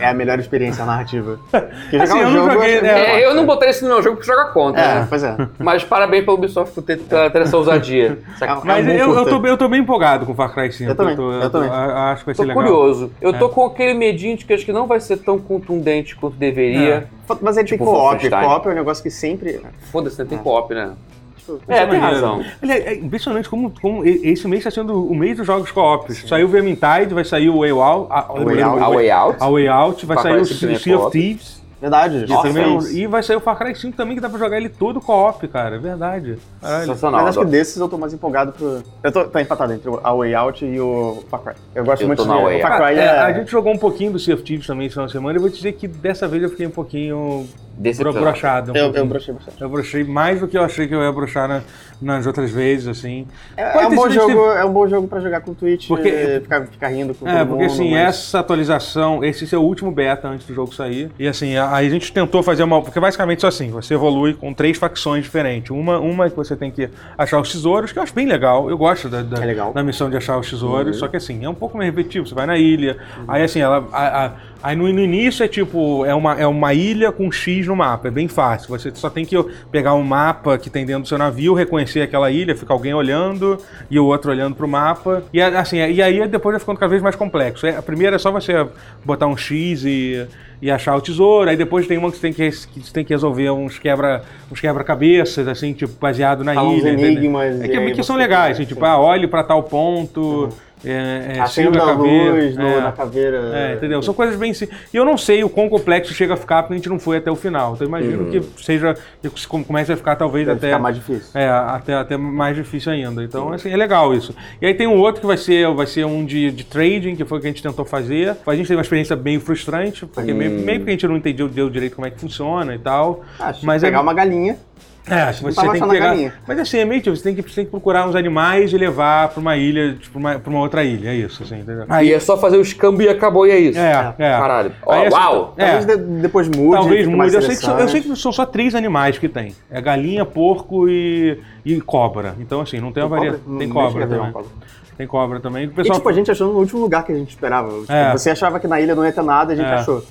é. É a melhor experiência narrativa. Porque um Assim, eu não joguei, né? É, eu não botaria isso no meu jogo porque joga contra, É, né? pois é. Mas parabéns pelo Ubisoft por ter, ter, ter essa ousadia. Essa- É um- Mas bom eu, eu, tô, curta. bem- eu tô bem empolgado com o Far Cry 5. Eu também, tô- eu tô- também. a- acho que vai ser Tô legal. curioso. Eu tô com aquele medinho de que acho que não vai ser tão contundente quanto deveria. Mas ele Tipo tem co-op. Wolfenstein. Co-op é um negócio que sempre. Foda-se, né? tem co-op, né? Tipo, É, tem Maneiro. razão. Aliás, é impressionante como, como e- esse mês está sendo o mês dos jogos co-op. Saiu o Vermintide, vai sair o Way Out, a, Way Out. A Way Out. A Way Out, vai Far sair Cry o cinco também é Sea of co-op. Thieves. verdade. que Nossa, também é um- é isso. e vai sair o Far Cry 5 também, que dá pra jogar ele todo co-op, cara. É verdade. Caralho. Sensacional. Mas acho que adoro. desses eu tô mais empolgado pro. Eu tô, tô empatado entre o- a Way Out e o Far Cry. Eu gosto Eu muito tô de na Way o Far Cara, Cry. é, é- a gente jogou um pouquinho do Sea of Thieves também esse final de semana e eu vou te dizer que dessa vez eu fiquei um pouquinho Desse Bro- episódio. brochado. um Eu, eu pouquinho. brochei bastante. Eu brochei mais do que eu achei que eu ia brochar na- nas outras vezes, assim. É, Pode é um ter bom sido que jogo, é um bom jogo pra jogar com o Twitch, Porque- eh, ficar, ficar rindo com É, todo porque mundo, assim, mas- essa atualização, esse seu último beta antes do jogo sair. E assim, a- aí a gente tentou fazer uma. Porque basicamente isso assim, você evolui com três facções diferentes. Uma, uma que você tem que achar os tesouros, que eu acho bem legal. Eu gosto da, da, É legal. da missão de achar os tesouros. Só que assim, é um pouco meio repetitivo. Você vai na ilha, aí assim, ela. a- a- aí no, no início é tipo, é uma, é uma ilha com um X no mapa. É bem fácil. Você só tem que pegar um mapa que tem dentro do seu navio, reconhecer aquela ilha, fica alguém olhando e o outro olhando pro mapa. E a- assim, e aí depois vai ficando cada vez mais complexo. É, A primeira é só você botar um X e, e achar o tesouro, aí depois tem uma que você tem que, res- que você tem que resolver uns quebra uns quebra-cabeças, assim, tipo, baseado na Ah, uns ilha. entendeu? enigmas, É e que, aí que são você- legais, assim, tipo, ah, olhe pra tal ponto, é, é, Acende siga a a cabeça. luz no- é. na caveira. É, entendeu? São coisas bem. sim- E eu não sei o quão complexo chega a ficar, porque a gente não foi até o final. Então eu imagino que seja. que se- como comece a ficar talvez Uhum. Deve até. ficar mais difícil. É, até, até mais difícil ainda. Então, assim, é legal isso. E aí tem um outro que vai ser, vai ser um de, de trading, que foi o que a gente tentou fazer. A gente teve uma experiência meio frustrante, porque Hum. meio, meio porque a gente não entendeu deu direito como é que funciona e tal. Ah, tinha que Mas é- pegar uma galinha. É, que você tem tava que achando a pegar. galinha. Mas assim, é meio tipo, você tem que, você tem que procurar uns animais e levar pra uma ilha, tipo, uma, pra uma outra ilha. É isso, assim, entendeu? Aí é só fazer o escâmbio e acabou, e é isso. É, é. Caralho. Ó, Aí, assim, uau! É. Talvez de- depois mude. Talvez fique mais mude. Eu sei, que são, eu sei interessante. que são só três animais que tem. É galinha, porco e, e cobra. Então, assim, não tem, uma cobra? variedade. Não, Tem nem cobra cheguei a ver também. uma cobra. Tem cobra também. O E pessoal... tipo, a gente achou no último lugar que a gente esperava. Tipo, É. Você achava que na ilha não ia ter nada, a gente É. achou.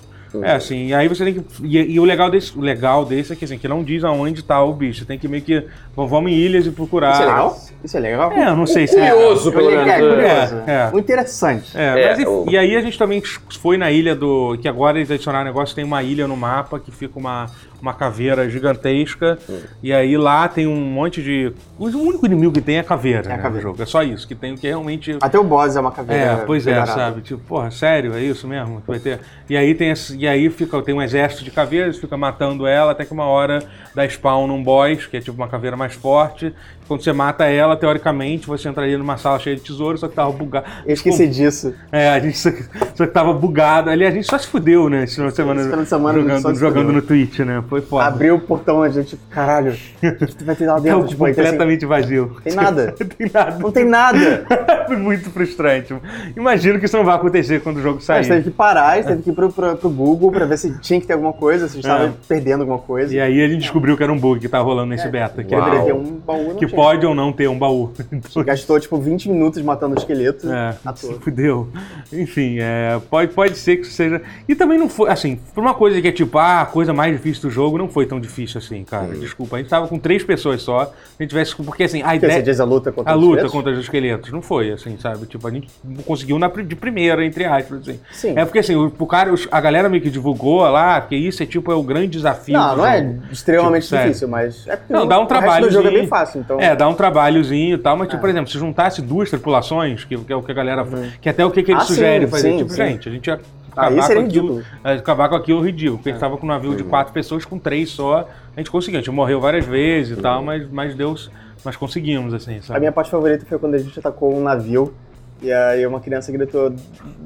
É, assim, e aí você tem que. E, e o legal desse, o legal desse é que assim, que não diz aonde tá o bicho. Você tem que meio que. Vamos vamos em ilhas e procurar. Isso é legal? Isso é legal? É, eu não sei um se é. Curioso, pelo menos. Eu- né? é, curioso. É, é. O interessante. É, mas É, enfim, o- e aí a gente também foi na ilha do. Que agora eles adicionaram um negócio, tem uma ilha no mapa que fica uma, uma caveira gigantesca. E aí lá tem um monte de. O único inimigo que tem é a caveira. a né, caveira. no jogo. É só isso, que tem o que realmente. Até o boss é uma É, caveira. pois é, melhorada. sabe? Tipo, porra, sério, é isso mesmo? Que vai ter... E aí tem esse- e aí fica, tem um exército de caveiras, fica matando ela até que uma hora dá spawn num boss, que é tipo uma caveira mais forte. Quando você mata ela, teoricamente, você entraria numa sala cheia de tesouro, só que tava bugado. Eu esqueci disso. É, a gente só, só que tava bugado. Ali a gente só se fudeu, né? Esse final de semana, Esse final de semana só jogando, se fudeu. jogando no Twitch, né? Foi foda. Abriu o portão, a gente, tipo, caralho, o que tu vai ter lá Tava dentro? Tipo, aí tem assim, completamente vazio. tem nada. Não tem nada. Não tem nada. Foi muito frustrante. Imagino que isso não vai acontecer quando o jogo A gente sair. teve que parar, a gente teve que ir pro, pro- pro Google pra ver se tinha que ter alguma coisa, se a gente tava perdendo alguma coisa. É. E aí a gente descobriu que era um bug que tá rolando nesse beta. Que, é Uau. Deveria legal. ter um baú, não que tinha. pode ou não ter um baú. Então, Gastou, tipo, 20 minutos matando o esqueleto. É, à se toa. fudeu. Enfim, é, pode, pode ser que isso seja. E também não foi, assim, por uma coisa que é tipo, ah, a coisa mais difícil do jogo, não foi tão difícil assim, cara. Desculpa, a gente tava com três pessoas só. Se a gente tivesse. Porque assim, a Quer dizer, ideia. diz a luta contra A os luta esqueletos? contra os esqueletos não foi, assim, sabe? Tipo, a gente conseguiu na, pri- de primeira, entre aspas, assim. Sim. É porque, assim, o, o cara, os- a galera meio que divulgou lá, que isso é tipo, é o grande desafio. Não, do não é jogo. extremamente Tipo, sério. difícil, mas. É porque Não, dá um trabalho. O resto do jogo é bem fácil, então. É, dá um trabalhozinho e tal, mas, tipo, É. por exemplo, se juntasse duas tripulações, que, que é o que a galera. Que até o que, que ele Ah, sugere sim, fazer. sim, tipo, sim. gente, a gente ia Ah, acabar isso com seria aquilo. ridículo. É. Uhum. é, Acabar com aquilo ridículo, porque a gente tava com um navio de quatro pessoas com três só. A gente conseguiu, a gente morreu várias vezes e tal, mas, mas Deus. Mas conseguimos, assim, Uhum. A sabe? minha parte favorita foi quando a gente atacou um navio. E aí uma criança gritou: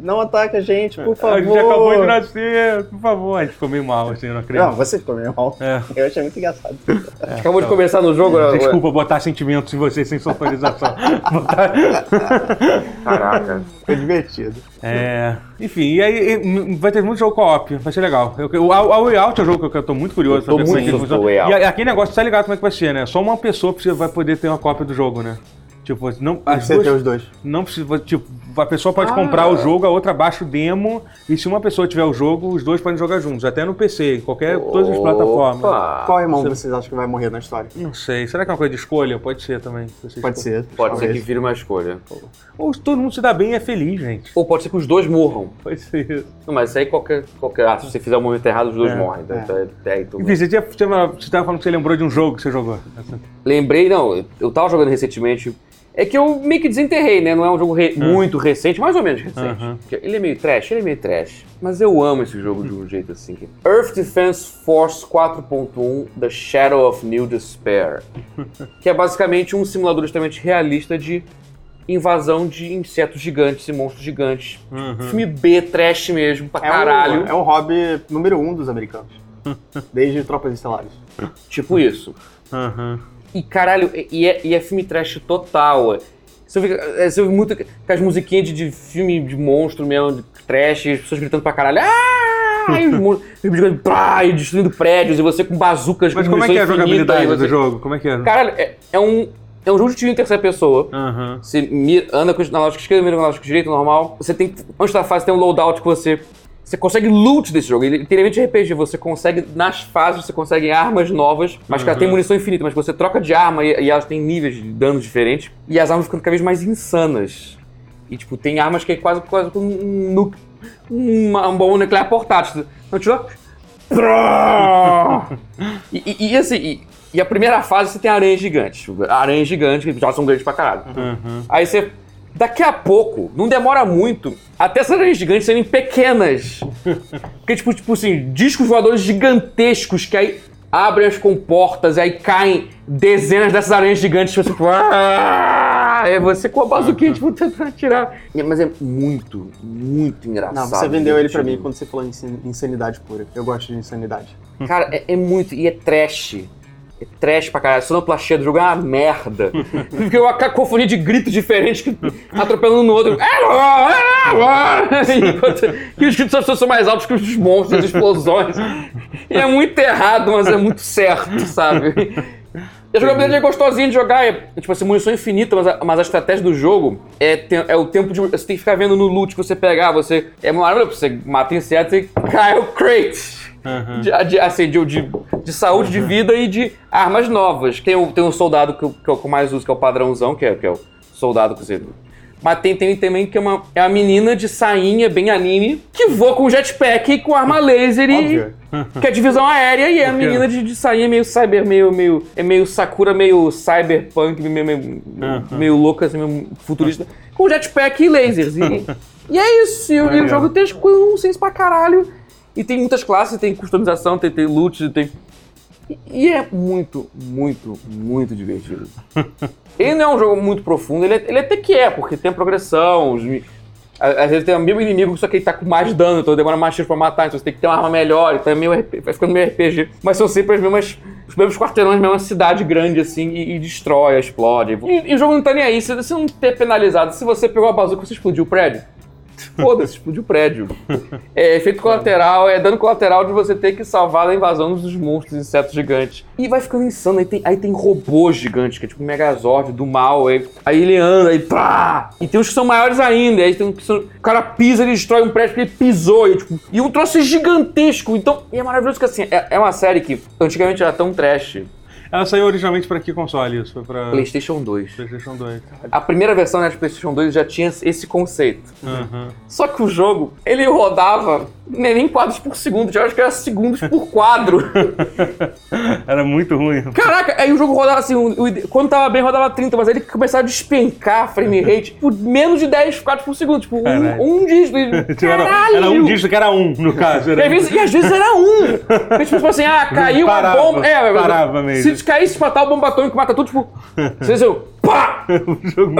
Não ataque a gente, por favor. A gente acabou de nascer, por favor. A gente ficou meio mal, assim, na criança. Não, você ficou meio mal. É. Eu achei muito engraçado. Acabou de começar no jogo. né? Desculpa botar sentimentos em você sem sua autorização. Botar- Caraca. Foi divertido. É, enfim, e aí e, hum, vai ter muito jogo co-op, vai ser legal. Eu, eu- a, a Way Out é um jogo que eu, que eu tô muito curioso pra Eu tô ver como é que muito funciona. pro Way Out. E a- aquele negócio, tá ligado como é que vai ser, né? Só uma pessoa precisa, vai poder ter uma cópia do jogo, né? Tipo, não, as Você tem duas, os dois. não precisa, tipo, a pessoa pode comprar o jogo, a outra baixa o demo, e se uma pessoa tiver o jogo, os dois podem jogar juntos, até no PC, em qualquer, todas as plataformas. Opa. Qual irmão vocês acham que vai morrer na história? Não sei, será que é uma coisa de escolha? Pode ser também. Vocês- Pode ser. Pode ser que talvez. vire uma escolha. Ou se todo mundo se dá bem e é feliz, gente. Ou pode ser que os dois morram. Pode ser isso. Não, mas isso aí qualquer. qualquer ah, se você fizer o momento errado, os dois É, morrem. Então, é. então, até aí tudo Enfim, bem. você, tinha, você tava você tava falando que você lembrou de um jogo que você jogou. Lembrei, não, eu tava jogando recentemente. É que eu meio que desenterrei, né? Não é um jogo re- muito recente, mais ou menos recente. Aham. Porque Ele é meio trash, ele é meio trash. Mas eu amo esse jogo de um jeito assim. que- Earth Defense Force 4.1 The Shadow of New Despair. que é basicamente um simulador extremamente realista de invasão de insetos gigantes e monstros gigantes. Filme B, trash mesmo, pra É um- caralho. é um hobby número um dos americanos. Desde Tropas Estelares. Tipo isso. Aham. E caralho, e é, e é filme trash total. é. Você ouve, é, você ouve muito com as musiquinhas de, de filme de monstro mesmo, de trash, e as pessoas gritando pra caralho. Ah! E os monstros os bichos gritando, "Pá", e destruindo prédios, e você com bazucas Mas com como é que é a munição infinita, jogabilidade e você- do jogo? Como é que é? Caralho, é, é um, é um jogo de tiro em terceira pessoa. Aham. Você mira, anda com na lógica esquerda, mira com na lógica direita, normal. Você tem. Antes da fase tem um loadout que você. Você consegue loot desse jogo. Ele tem elemento de RPG. Você consegue, nas fases, você consegue armas novas. Mas que ela tem munição infinita, mas você troca de arma e, e elas têm níveis de dano diferentes. E as armas ficam cada vez mais insanas. E, tipo, tem armas que é quase, quase com um, nu- uma- um bom nuclear portátil. Não tirou? E, e- e, assim, e, e a primeira fase você tem aranha gigante. Aranha gigante, que já são grandes pra caralho. Uhum. Aham. Aí você. Daqui a pouco, não demora muito, até essas aranhas gigantes serem pequenas. Porque, tipo, tipo assim, discos voadores gigantescos que aí abrem as comportas, aí caem dezenas dessas aranhas gigantes, tipo, tipo, "Ah!" é você com a Uhum. bazuquinha, tipo, tentando tirar. Mas é muito, muito engraçado. Não, você vendeu ele pra mim divertido. quando você falou insan- insanidade pura. Eu gosto de insanidade. Cara, é, é muito. E é trash. É trash pra caralho. A sonoplastia do jogo é uma merda. Fica uma cacofonia de gritos diferentes que atropelando um no outro. é, Enquanto- e os gritos das pessoas são mais altos que os monstros, as explosões. E é muito errado, mas é muito certo, sabe? E a jogabilidade é gostosinha de jogar, é tipo assim, munição infinita, mas a, mas a estratégia do jogo é, te- é o tempo de. Você tem que ficar vendo no loot que você pegar, você. É maravilhoso, você mata inseto e cai o crate. Aham. De, de- assim, de, de, de saúde, de vida e de armas novas. Tem o, tem o soldado que eu, que eu mais uso, que é o padrãozão, que é, que é o soldado que você. Mas tem, tem também que é uma, é uma menina de sainha, bem anime, que voa com jetpack e com arma laser e. Óbvio. Que é divisão aérea e é a Por quê? menina de, de sainha meio cyber, meio, meio. É meio Sakura, meio cyberpunk, meio, meio, Aham. meio louca, assim, meio futurista. Com jetpack e lasers. E, e é isso. E o, e o jogo tem as coisas nonsense pra caralho. E tem muitas classes, tem customização, tem, tem loot, tem. E- E é muito, muito, muito divertido. ele não é um jogo muito profundo, ele, ele até que é, porque tem a progressão, os mi- a- às vezes tem o mesmo inimigo, só que ele tá com mais dano, então demora mais tiro pra matar, então você tem que ter uma arma melhor, então é meio RP, vai ficando meio RPG. Mas são sempre as mesmas, os mesmos quarteirões, a mesma cidade grande, assim, e, e destrói, explode. E, e o jogo não tá nem aí, se você não ter penalizado, se você pegou a bazuca, você explodiu o prédio. Foda-se, explodiu o prédio. É efeito colateral, é dano colateral de você ter que salvar da invasão dos monstros, insetos gigantes. E vai ficando insano, aí tem, aí tem robôs gigantes, que é tipo um Megazord do mal, aí, aí ele anda, aí pá! E tem uns que são maiores ainda, aí tem uns que são, o cara pisa, ele destrói um prédio que ele pisou, e, tipo, e um troço gigantesco. Então, e é maravilhoso que assim, é, é uma série que antigamente era tão trash. Ela saiu originalmente pra que console isso? Foi pra PlayStation 2. PlayStation 2. A primeira versão né, de PlayStation 2 já tinha esse conceito. Aham. Só que o jogo, ele rodava nem nem quadros por segundo, tinha horas que era segundos por quadro. Era muito ruim. Caraca, aí o jogo rodava assim, o- o- quando tava bem rodava 30, mas aí ele começava a despencar a frame rate por menos de 10 quadros por segundo, tipo Caralho. um, um dígito. E- Tipo, Era, Caralho! era um disco que era um, no caso. E Era às, vezes, e às vezes era um. Porque, tipo assim, ah, caiu Parava, a bomba. É, parava mesmo. Se caísse pra tal bomba atômica que mata tudo, tipo. Às vezes eu. Pá! um jogo.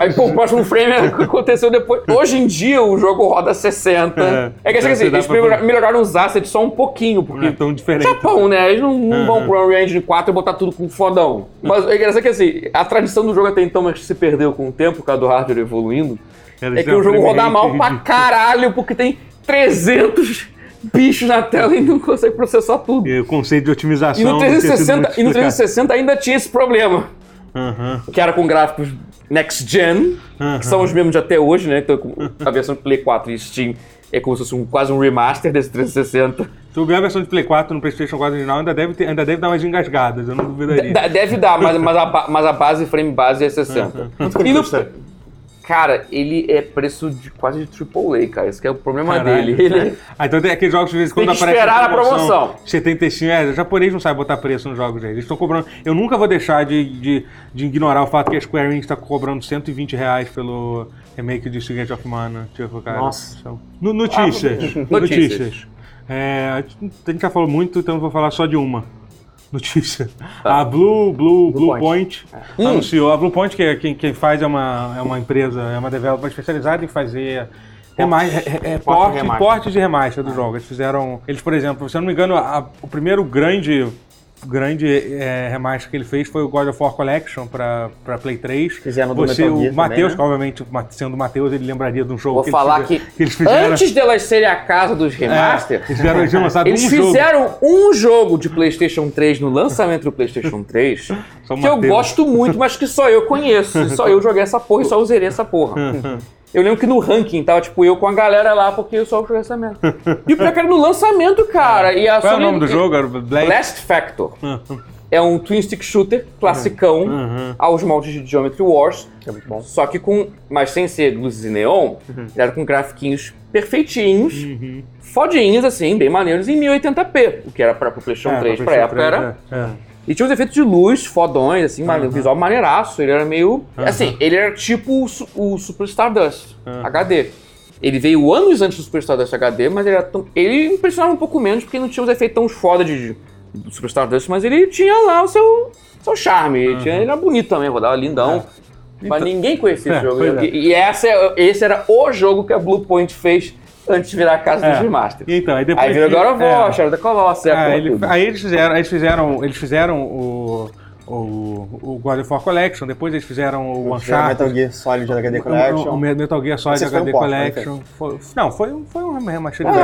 Aí, pô, o próximo frame é o que aconteceu depois. Hoje em dia o jogo roda 60. É. É, que assim, Dá- assim, dá eles pra- melhoraram, melhoraram os assets só um pouquinho, porque. Não é tão diferente. Japão, né? Eles não, não É. vão pro Unreal Engine 4 e botar tudo com fodão. Mas é engraçado que assim, a tradição do jogo até então, mas que se perdeu com o tempo, por causa do hardware evoluindo, Era é isso, que o uma jogo frame roda rate mal pra ridícula. caralho, porque tem 300 bichos na tela e não consegue processar tudo. E o conceito de otimização. E no, não tinha sido muito 360, e no explicado. 360 ainda tinha esse problema, Aham. que era com gráficos next gen, que são os mesmos de até hoje, né? Então, com- a versão de Play 4 e Steam é como se fosse um, quase um remaster desse 360. Se houver a versão de Play 4 no PlayStation 4 original, ainda deve, ter- ainda deve dar umas engasgadas, eu não duvidaria. Da- deve dar, mas, mas, a, ba- mas a base, frame base é 60. Quanto que E ele no- custa? Cara, ele é preço de quase de AAA, cara. Esse que é o problema Caralho. dele. Ele- Ah, então tem aqueles jogos que de vez em Tem quando que aparecem esperar na a promoção. 75, é, o japonês não sabe botar preço nos jogos deles. Eles estão cobrando. Eu nunca vou deixar de, de, de ignorar o fato que a Square Enix está cobrando 120 reais pelo remake de Secret of Mana. Tipo, cara. Nossa. Então, no- notícias. Ah, notícias. notícias. É, a gente- a gente já falou muito, então eu vou falar só de uma. Notícia. Tá. A Blue, Blue, Blue, Point, Hum. é anunciou. A Blue Point, que é quem, quem faz, é uma, é uma empresa, é uma developer especializada em fazer Remai, é, é, Porte porte, remaster. porte de remaster do jogo. Eles fizeram. Eles, por exemplo, se eu não me engano, a- o primeiro grande grande é, remaster que ele fez foi o God of War Collection pra pra Play 3. Fizeram do Você, Metal Gear o também, Matheus, né? que obviamente, ma- sendo o Matheus, ele lembraria de um jogo Vou que, falar eles fizeram, que, eles fizeram. é antes delas serem a casa dos remasters, eles fizeram, eles tinham lançado eles um jogo. fizeram um jogo de PlayStation 3 no lançamento do PlayStation 3 Só que eu Matheus. gosto muito, mas que só eu conheço. e Só eu joguei essa porra e só eu zerei essa porra. Eu lembro que no ranking tava, tipo, eu com a galera lá, porque eu só joguei essa merda. E o pior é que era no lançamento, cara. E a Qual é o Sony- nome do jogo? Ah. Era o Blade? Last Factor. É um twin stick shooter classicão Ah. Uhum. aos moldes de Geometry Wars. Que é muito bom. Uhum. Só que com. Mas sem ser luzes e neon, era com grafiquinhos perfeitinhos, fodinhos, assim, bem maneiros, em 1080p, o que era para o PlayStation É, 3 pra pra época. PlayStation né? era. 3, é, é. E tinha uns efeitos de luz fodões, assim, mane- visual maneiraço. Ele era meio. Assim, ele era tipo o, su- o Super Stardust HD. Ele veio anos antes do Super Stardust HD, mas ele era tão. Ele impressionava um pouco menos, porque não tinha os efeitos tão foda de, do Super Stardust, mas ele tinha lá o seu, seu charme. Ele, tinha- ele era bonito também, rodava lindão. Então- Mas ninguém conhecia É, esse jogo. pois é. E, e essa é- esse era o jogo que a Blue Point fez antes de virar a casa É. dos remasters. E Então, aí depois. Aí virou que- agora é. War, é. Shadow da Colossus, é, a Ah, porra ele- toda. aí eles fizeram, eles fizeram, eles fizeram o, o, o God of War Collection, depois eles fizeram o Fizeram Uncharted. Metal Gear Solid HD O, o, Collection. o Metal Gear Solid Esse foi um HD porte, Collection. Foi- não, foi, um- foi um Foi Ah, a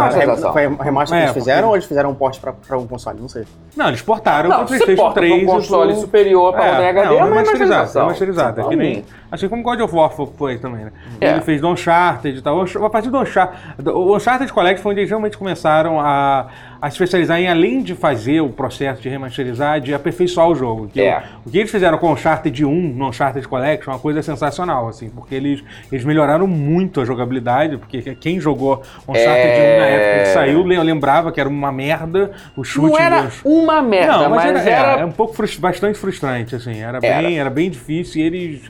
remasterizado. tá. rem- foi a remaster É, que eles fizeram porque- ou eles fizeram um port pra, pra um console? Não sei. não, eles portaram Não, pro você PlayStation porta 3. pra um e pro- console superior pra rodar em HD, é não, uma remasterizado. remasterização. Remasterizado, é que nem. Assim como God of War fo- foi também, né? É. Ele fez do Uncharted e tal. O- A partir do Uncharted. O Uncharted Collection foi onde eles realmente começaram a, a se especializar em, além de fazer o processo de remasterizar, de aperfeiçoar o jogo. Que É. o, o que eles fizeram com o Uncharted 1 no Uncharted Collection é uma coisa sensacional, assim, porque eles, eles melhoraram muito a jogabilidade, porque quem jogou Uncharted 1 na época que saiu lem- lembrava que era uma merda o chute É. Não era uma merda, não, mas, era. é um pouco frus- bastante frustrante, assim. Era, Era. Bem, era bem difícil e eles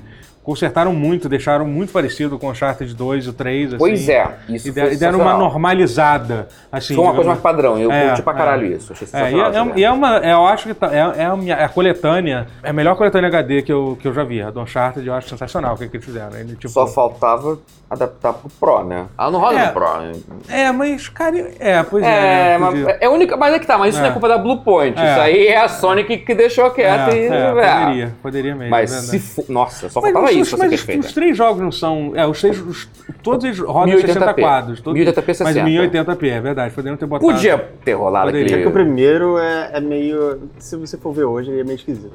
consertaram muito, deixaram muito parecido com o Uncharted 2 e o 3, assim. Pois é, isso E, foi de- e deram uma sensacional. normalizada, assim. Foi uma coisa mais digamos. padrão, eu É, curti pra é. caralho isso. Achei É, e é, sensacional. né? é essa um- ideia. e é uma, eu acho que tá- é, é a, minha- a coletânea, é a melhor coletânea HD que eu, que eu já vi. A do Uncharted eu acho sensacional o que, que eles fizeram. Ele, tipo, Só faltava adaptar pro Pro, né? Ela não roda É. no Pro. né? É, mas, cara, é, pois é. É, né, mas, podia- é a única, mas é que tá, mas isso É. não é culpa da Blue Point. É. Isso aí é a Sony que, que deixou quieto é, é, e. é. poderia, poderia mesmo. né, Mas verdade. se for. Nossa, só Mas, faltava os- isso pra mas ser os, os perfeita. três jogos não são. É, os três. os- todos eles rodam em 1080p. 60 quadros. Todos, 1080p, 60. Mas 1080p, é verdade. Poderiam ter botado. Podia ter rolado Poderia. É que o aquele. primeiro é, é meio. Se você for ver hoje, ele é meio esquisito.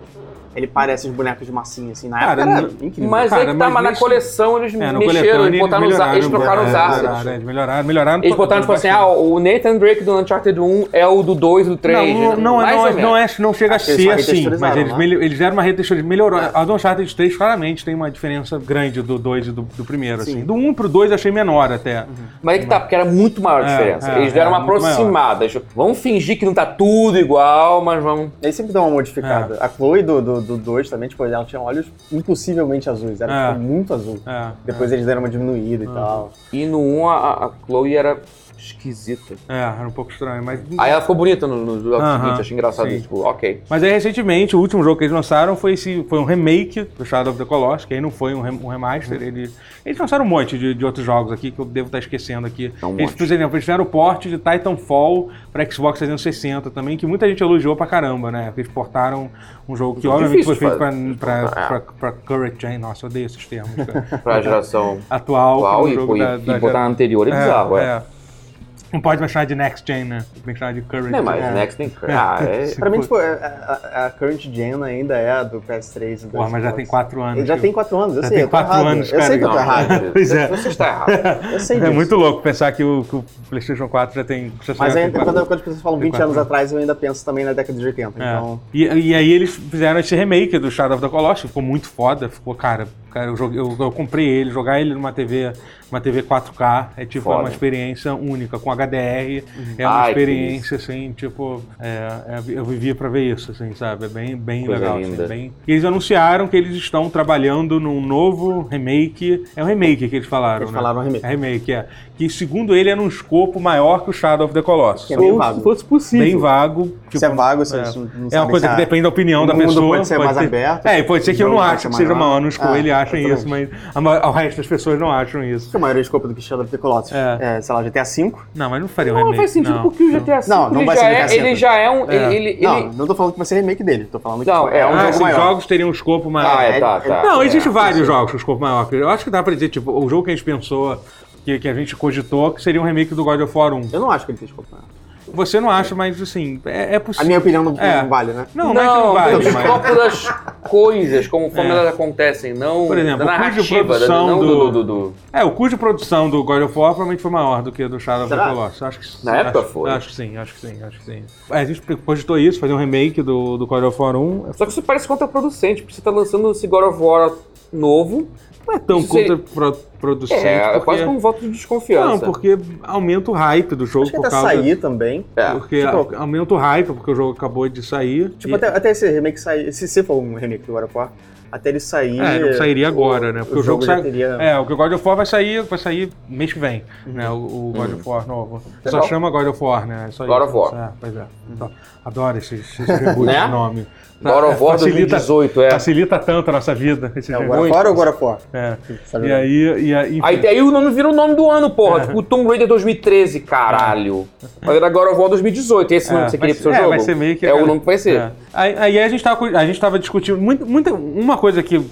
Ele parece os bonecos de massinha, assim, na Cara, época. Era não- incrível. Mas Cara, é que tá, mas mas na nesse- coleção eles É, no mexeram, coletâneo eles, botaram os, ar- melhoraram, eles trocaram os é, assets. Melhoraram, eles melhoraram, melhoraram. Eles botaram tipo assim, ah, o Nathan Drake do Uncharted 1 é o do 2 e do 3. Não, não, não, é- mais não, ou é- menos. não, é, não chega a Acho que eles ser só assim, mas retexturizaram, eles, né? mel- eles deram uma retextura, melhorou. A do Uncharted 3 claramente tem uma diferença grande do 2 e do, do primeiro, assim. Do 1 um pro 2 eu achei menor até. Mas é que tá, porque era muito maior a É, diferença. é, Eles deram é, uma muito maior. aproximada. Eles- Vamos fingir que não tá tudo igual, mas vamos. Ele sempre dá uma modificada. A Chloe do 2 do, dois também, tipo, ela tinha olhos impossivelmente azuis. Era, É. tipo, muito azul. É, Depois eles deram uma diminuída e tal. E no 1 a, a Chloe era esquisita. É, era um pouco estranho, mas... Aí ela ficou bonita no, no jogo Aham, seguinte, achei engraçado sim. isso. Tipo, ok. Mas aí, recentemente, o último jogo que eles lançaram foi, esse, foi um remake do Shadow of the Colossus, que aí não foi um, rem- um remaster. Uhum. Eles, eles lançaram um monte de, de outros jogos aqui que eu devo estar esquecendo aqui. É um eles, monte. por exemplo, eles fizeram o port de Titanfall para Xbox 360 também, que muita gente elogiou pra caramba, né? Porque eles portaram um jogo que, É obviamente, foi feito difícil pra, fazer. pra, É. pra, pra Current Gen. Nossa, eu odeio esses termos. cara. Pra geração Atual, atual que é um e, Uhum. jogo e, da, da e botar na anterior é gera- bizarro, é. Não pode mais chamar de Next Gen, né? Tem que chamar de Current Não, é mas Gen. Next tem. Ah, é. Pra mim, tipo, a, a- a Current Gen ainda é a do PS3 e do Porra, mas já Xbox. tem quatro anos. Ele já que- tem 4 anos, eu Já sei. tem eu tô quatro errado. anos, Eu sei que eu tô cara. errado. Tá Pois é. Você está errado. Eu sei É disso. muito louco pensar que o, que o PlayStation 4 já tem. já Mas tem ainda, quatro- quando, quando as pessoas falam tem 20 quatro anos anos. atrás, eu ainda penso também na década de 80. É. Então, E, e aí eles fizeram esse remake do Shadow of the Colossus, ficou muito foda, ficou cara, cara eu, joguei- eu- eu comprei ele, jogar ele numa TV, uma TV 4K é tipo Foda. uma experiência única com HDR, é uma Ai, que experiência assim tipo é, é, eu vivia pra ver isso, assim sabe, é bem bem Coisa legal, linda. assim, bem. E eles anunciaram que eles estão trabalhando num novo remake, é um remake que eles falaram, eles né? falaram remake. É remake, é. Que segundo ele é num escopo maior que o Shadow of the Colossus. Que é meio vago. fosse possível. Bem vago, Tipo, se é vago, se é. não- não É uma sabe coisa se que a- depende da opinião o da mundo pessoa. pode ser mais aberto, É, e pode ser que eu o não jogo pode acho ser que seja maior. humano, ah, Ah, ele acha isso, mas a ma- o resto das pessoas não acham isso. que a maioria escopo do que Shadow of the Colossus É. é. sei lá, GTA V. Não, mas não faria um Não, remake. faz sentido não. porque o GTA V Não, não ele, vai já ser é, GTA V. ele já é um. É. Ele, ele- Não, não tô falando que vai ser remake dele, tô falando que Não, tipo, é um ah, jogo sim, maior. jogos teriam um escopo maior. Ah, é, tá, tá. Não, é, existem vários sim. jogos com escopo maior. Eu acho que dá pra dizer, tipo, o jogo que a gente pensou, que, que a gente cogitou, que seria um remake do God of War 1. Eu não acho que ele tem escopo maior. Você não acha, mas assim, é, é A possível. minha opinião não, É. não vale, né? Não, não, é que não pelo vale, mas... escopo das coisas, conforme É. elas acontecem, não Por exemplo, da o custo de narrativa, da, produção não do- do... do, do- É, o custo de produção do God of War provavelmente foi maior do que do Shadow of the Será? Colossus. Acho que Na acho- época foi. Acho que sim, acho que sim, acho que sim. É, a gente cogitou isso, fazer um remake do, do God of War 1. Só que isso parece contraproducente, porque você tá lançando esse God of War novo, Não é tão Isso seria- é, contraproducente. é porque... quase como um voto de Não, desconfiança. porque aumenta o hype do jogo Acho que por até causa. sair também. É. Porque Tipo- aumenta o hype, porque o jogo acabou de sair. Tipo, até, até esse remake sair. Se, se for um remake do God of War, até ele sair. É, não sairia o- agora, né? Porque o, jogo, já sai. teria- É, o que o God of War vai sair, vai sair mês que vem, né? O, o God of War novo. Só Legal. chama God of War, né? É só God isso. of War. É, pois é. Então, adoro esse, esse reboot Né? de nome. God of War Facilita- 2018, é. Facilita tanto a nossa vida, esse É o God reboot. of War ou o God of War? É. Sabe? E aí, e aí, enfim. Aí, aí o nome vira o nome do ano, É. porra. Tipo, Tomb Raider 2013, caralho. Mas era God of War 2018, esse nome que você vai queria ser- pro seu é, jogo? vai ser meio que. É o nome que vai ser. É. Aí, aí a gente tava, cu- a gente tava discutindo muito, muita, uma coisa que,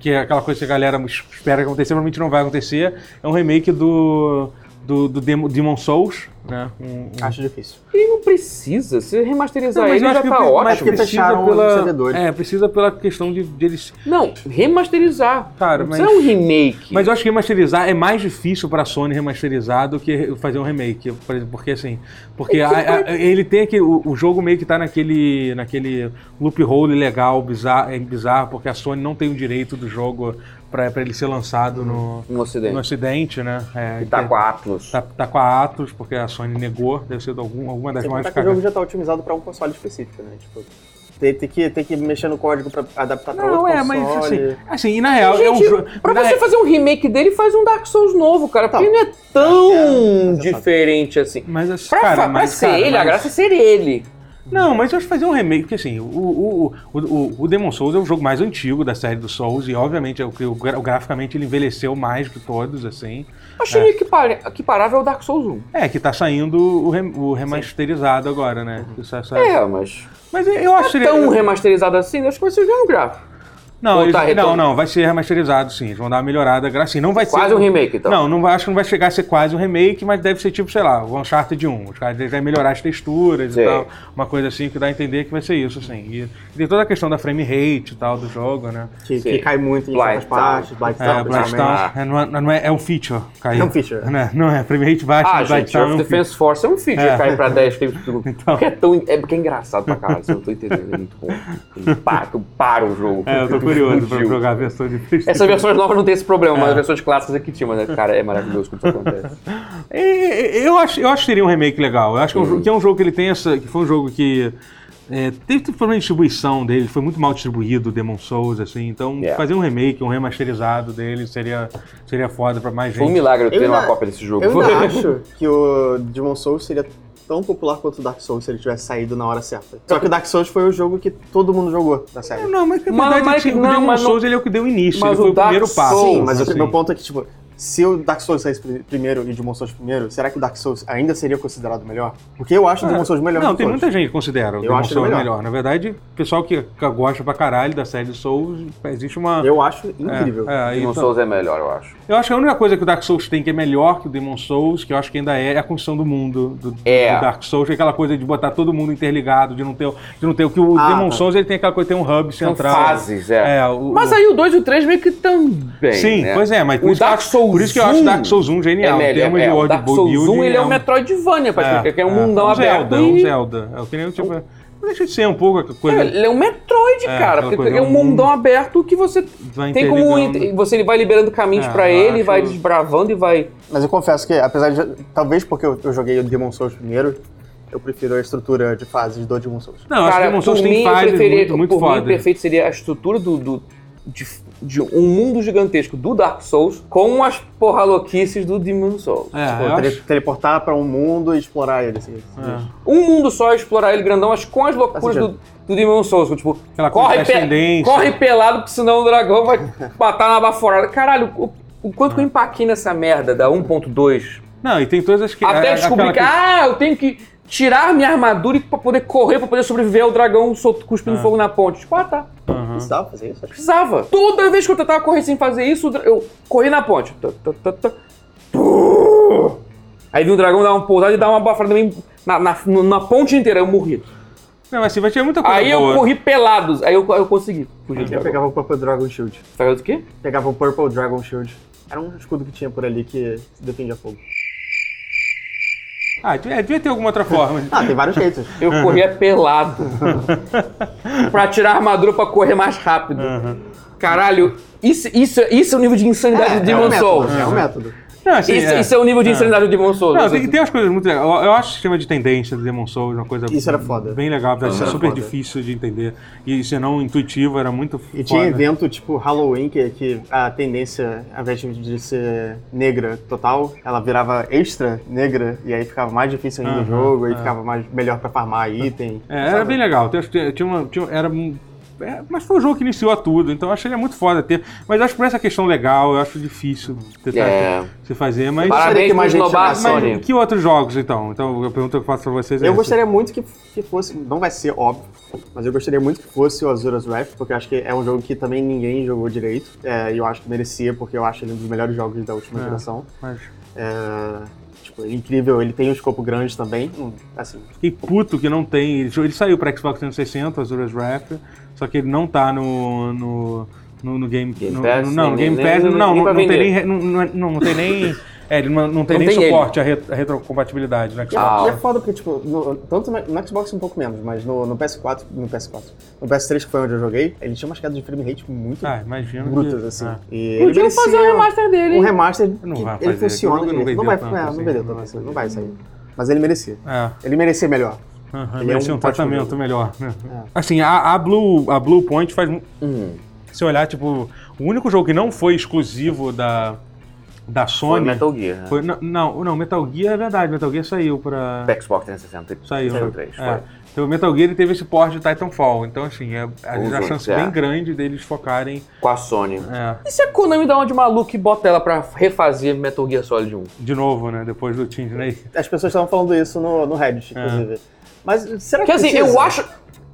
que é aquela coisa que a galera espera acontecer, provavelmente não vai acontecer, é um remake do, do, do Demo- Demon Souls, né? Um- um- Acho difícil. E não precisa, se remasterizar Não, mas ele eu já acho tá que- mas ótimo. que fecharam os servidores. É, precisa pela questão de, de eles. Não, remasterizar. Cara, não mas- precisa um remake. Mas eu acho que remasterizar é mais difícil pra Sony remasterizar do que fazer um remake, por exemplo, porque assim, É porque a- a- ele tem que o, o jogo meio que tá naquele naquele loophole legal bizarro, é bizarro, porque a Sony não tem o direito do jogo pra pra ele ser lançado no, No ocidente. no Ocidente, né? É, E tá com a Atlas. tá- tá com a Atos, porque a Sony negou, deve ser de algum, alguma das Sem mais contar que o jogo já tá otimizado pra um console específico, né? Tipo, tem, tem que, tem que mexer no código pra adaptar pra Não, outro é, mas console. assim, assim, e na real, é Então, um Gente, jogo. pra na você fazer um remake dele, faz um Dark Souls novo, cara. Porque Tá. não é tão Mas é só- diferente assim. Mas assim, Pra, cara, fa- pra mas, ser cara, ele, a mas- graça é ser ele. Não, mas eu acho que fazer um remake, porque assim, o, o, o, o- o Demon Souls é o jogo mais antigo da série do Souls, e obviamente é o que o gra- graficamente ele envelheceu mais que todos, assim. Achei meio que par- equiparável ao Dark Souls 1. É, que tá saindo o, rem- o remasterizado agora, né? Que sa- sa- É, mas. é Mas eu acho que. Tão seria- remasterizado assim, acho que vai ser o mesmo gráfico. Não, Ou tá eles- não, retorno? não, vai ser remasterizado sim. Eles vão dar uma melhorada, gra- assim, não vai ser. Quase um remake, então. Não, não vai- acho que não vai chegar a ser quase um remake, mas deve ser tipo, sei lá, o Uncharted 1. Os caras devem melhorar as texturas e Sim. tal. Uma coisa assim que dá a entender que vai ser isso, assim. E tem toda a questão da frame rate e tal do jogo, né? Que, Sim. que cai muito em Blight certas partes, Blight É, Town, principalmente. Blastown é, não é, não é, é um feature, caiu. É um feature. Não é, não é frame rate baixo, Ah, gente, Blastown é Earth um Então. feature. Defense Force é um feature cair pra 10 frames por segundo. Porque é tão. É porque é engraçado pra caralho, isso eu não tô entendendo. É muito bom. Eu paro, eu paro o jogo. É, eu tô curioso pra Fugiu. jogar É. a versão de PlayStation. Essas versões novas não tem esse problema, mas as versões clássicas aqui tinha, mas, cara, é maravilhoso como isso acontece. É, Eu acho, eu acho que seria um remake legal. Eu acho que é um, Uhum. jogo- que é um jogo que ele tem essa. que foi um jogo que. é, teve teve problema de distribuição dele, foi muito mal distribuído, Demon Souls, assim. Então, Yeah. fazer um remake, um remasterizado dele seria, seria foda pra mais Foi um gente. milagre eu ter Eu uma ainda- cópia desse jogo. Eu ainda acho que o Demon Souls seria tão popular quanto o Dark Souls se ele tivesse saído na hora certa. Só que o Dark Souls foi o jogo que todo mundo jogou da série. Não, mas, na Mas- verdade, mas- assim, o não, Demon mas não- Souls ele é o que deu início, Mas ele foi o o Dark primeiro passo. Souls, Sim, mas assim. o meu ponto é que, tipo, se o Dark Souls saísse pri- primeiro e o Demon Souls primeiro, será que o Dark Souls ainda seria considerado melhor? Porque eu acho o Demon Souls melhor É. Não, que tem todos. muita gente que considera o Demon acho ele Souls melhor. melhor. Na verdade, o pessoal que que gosta pra caralho da série Souls, existe uma. Eu acho É, incrível. é, Demon então- Souls é melhor, eu acho. Eu acho que a única coisa que o Dark Souls tem que é melhor que o Demon Souls, que eu acho que ainda é, é a construção do mundo do, do É. Dark Souls, que é aquela coisa de botar todo mundo interligado, de não ter, o- de não ter o que o Ah, Demon tá. Souls ele tem aquela coisa, tem um hub São central. fases, é. É, o, Mas o- aí o 2 e o 3 meio que também. Sim, né? pois é, mas por o isso que eu Dark acho- Souls por isso que eu acho 1 Dark Souls 1 É genial. em melhor, termos de é, o world Dark Souls building, 1 ele é um um- Metroidvania, pra explicar, que é um mundão um aberto. Zelda, e- um Zelda. É o que nem eu, tipo, não deixa de ser um pouco a coisa. Ele é um Metroid, É, cara, aquela porque coisa, é é um um mundo. mundão aberto que você Vai tem como interligando. int- você vai liberando caminhos É, pra eu ele, acho- vai desbravando e vai Mas eu confesso que, apesar de. Talvez porque eu, eu joguei o Demon Souls primeiro, eu prefiro a estrutura de fases do Demon Souls. Não, eu acho que o Demon Souls por tem mim, eu fases preferia- muito, muito por mim, fodas. perfeito seria a estrutura do, do, de, de um mundo gigantesco do Dark Souls com as porra louquices do Demon Souls. É, Pô, eu tele- acho. Teleportar pra um mundo e explorar ele. Assim, É. Um mundo só explorar ele grandão, mas com as loucuras Faz do, sentido. do Demon Souls. Tipo, Aquela coisa corre, de ascendência. corre pelado, porque senão o dragão vai matar na baforada. Caralho, o, o quanto É. que eu empaquei nessa merda da 1.2? Não, e tem todas as que. Até a- descobrir aquela que, ah, eu tenho que tirar minha armadura e- pra poder correr, pra poder sobreviver ao dragão solto, cuspindo fogo na ponte. Tipo, ah, tá. Aham. Precisava fazer isso? Acho que Precisava. Toda vez que eu tentava correr sem fazer isso, o dra- eu corri na ponte. Tá, tá, tá, tá. Pô! Aí vi o dragão dar uma pousada e dar uma bafada também na, na, no- na ponte inteira, eu morri. Não, mas assim, vai ter muita coisa. Aí eu boa. corri pelados, aí eu, eu consegui fugir do Eu dragão. pegava o Purple Dragon Shield. Pegava do quê? Pegava o Purple Dragon Shield. Era um escudo que tinha por ali que defendia fogo. Ah, devia, devia ter alguma outra forma. Ah, tem vários jeitos. Eu Uhum. corria pelado. pra tirar a armadura pra correr mais rápido. Uhum. Caralho, isso, isso, isso é o nível de insanidade do um Demon Souls. método. É um método. Não, assim, Isso, é. isso é o nível de insanidade do Demon Souls. Não, tem, tem umas coisas muito legais. Eu, eu acho o sistema de tendência do Demon Souls uma coisa Isso era foda. bem legal, apesar de Isso ser era super foda. difícil de entender. E se não intuitivo, era muito E tinha foda. evento tipo Halloween, que, que a tendência, ao invés de ser negra total, ela virava extra negra, e aí ficava mais difícil ainda o jogo, aí ficava mais, melhor pra farmar item. É, era bem legal. Tem- Tinha, tinha uma, tinha- era, um- é, mas foi o jogo que iniciou a tudo, então eu achei ele muito foda ter. Mas acho que por essa questão legal, eu acho difícil tentar É. se fazer, mas. Para- Parabéns que por mais gente esnobar a chamasse, Sony. Que outros jogos, então? Então, a pergunta que eu faço pra vocês é Eu essa. gostaria muito que, que fosse, não vai ser óbvio, mas eu gostaria muito que fosse o Azura's Wrath, porque eu acho que é um jogo que também ninguém jogou direito, é, e eu acho que merecia, porque eu acho ele um dos melhores jogos da última geração. Mas É, tipo, ele é incrível, ele tem um escopo grande também, hum, assim, fiquei puto que não tem. Ele ele saiu pra Xbox 360, Azura's Wrath, só que ele não tá no. no no, no Game, Game no- Pass, no- não, no nem- Game nem- Pass, nem- não, nem não, pra não tem vender. nem, re- não, não, é- não tem nem, é, ele não, não tem Não nem tem ele. suporte à re- à retrocompatibilidade né? no Xbox. E Ah. é- E é foda porque, tipo, no- tanto na- no Xbox um pouco menos, mas no, no PS4, no PS4, no PS3 que foi onde eu joguei, ele tinha umas quedas de frame rate muito Ah, imagina. que- brutas, assim. ah. E ele Podiam merecia fazer o remaster dele. um remaster Não que vai fazer, que ele o funciona, jogo não direito. vendeu não vai, tanto é, assim, não vendeu não tanto vai assim, não vai sair. Mas ele merecia. É. Ele merecia melhor. Aham, Ele merece é um, um ótimo tratamento jogo. melhor, né? É. Assim, a, a Blue, a Blue Point faz. mu- um, Se olhar, tipo, o único jogo que não foi exclusivo da, da Sony. Gear, né? É. foi- não, não, não, Metal Gear é verdade, Metal Gear saiu pra. Xbox 360. Saiu. né? três, É. Então, o Metal Gear ele teve esse porte de Titanfall. Então, assim, é, a, Os a chance outros, é. bem grande deles focarem. Com a Sony. é, E se a Konami dá uma de maluco e bota ela pra refazer Metal Gear Solid 1? de novo, né? Depois do Team Snake. As pessoas estavam falando isso no, no Reddit, inclusive. Mas será que Porque assim, precisa? eu acho.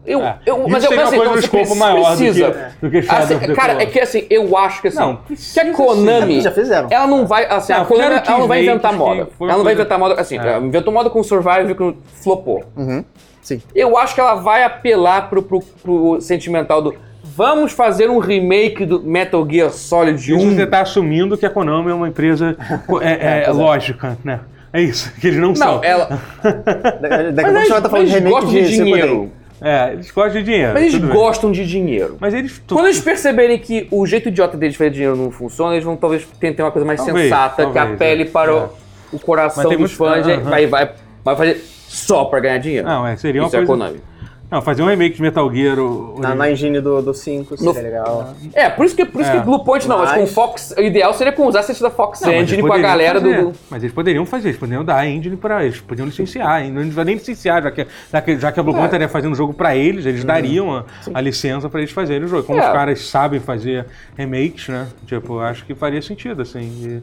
Eu, É. eu, mas Isso eu seria uma mas, assim, coisa não, no você escopo precisa- maior do que- precisa. do que Shadow of Assim, the cara, Colossus. é que assim, eu acho que assim. Não, que assim, precisa assim, a sim. Konami. Já fizeram. Ela não vai. Assim, Não, a Konami fizeram ela não vai remakes inventar que moda. foi uma Ela não vai coisa- É. inventar moda. Assim, ela inventou moda com Survive que flopou. Uhum. Sim. Eu acho que ela vai apelar pro, pro, pro sentimental do. Vamos fazer um remake do Metal Gear Solid Isso 1. você tá assumindo que a Konami é uma empresa é, é, lógica, né? É isso, que eles não, são. Não, é- É ela. Mas eles, Da- Daqui a pouco você vai estar tá falando de eles remake gostam de, Circle dinheiro. Day. É, eles gostam de dinheiro. Mas eles tudo bem. gostam de dinheiro. Mas eles. tu- Quando eles perceberem que o jeito idiota deles fazer dinheiro não funciona, eles vão talvez tentar uma coisa mais Talvez, sensata, que talvez, apele é. para É. o, o coração Mas tem dos muito- fãs e Aham. vai, vai, vai fazer só pra ganhar dinheiro. Não, é, seria uma Isso é coisa- Konami. Não, fazer um remake de Metal Gear. o- o- Na, na engine do, do 5, No- seria legal. É, por isso que, por isso É. que Blue Point não, mas com Mas- Fox, o ideal seria com os assets da Fox Não, mas eles Engine com a poderiam galera fazer. do... Mas eles poderiam fazer, eles poderiam dar a engine pra eles, podiam licenciar. e Não vai nem licenciar, já que, já que, já que a Blue É. Point estaria fazendo o jogo pra eles, Uhum. eles dariam a, a licença pra eles fazerem o jogo. Como É. os caras sabem fazer remakes, né? Tipo, eu acho que faria sentido, assim.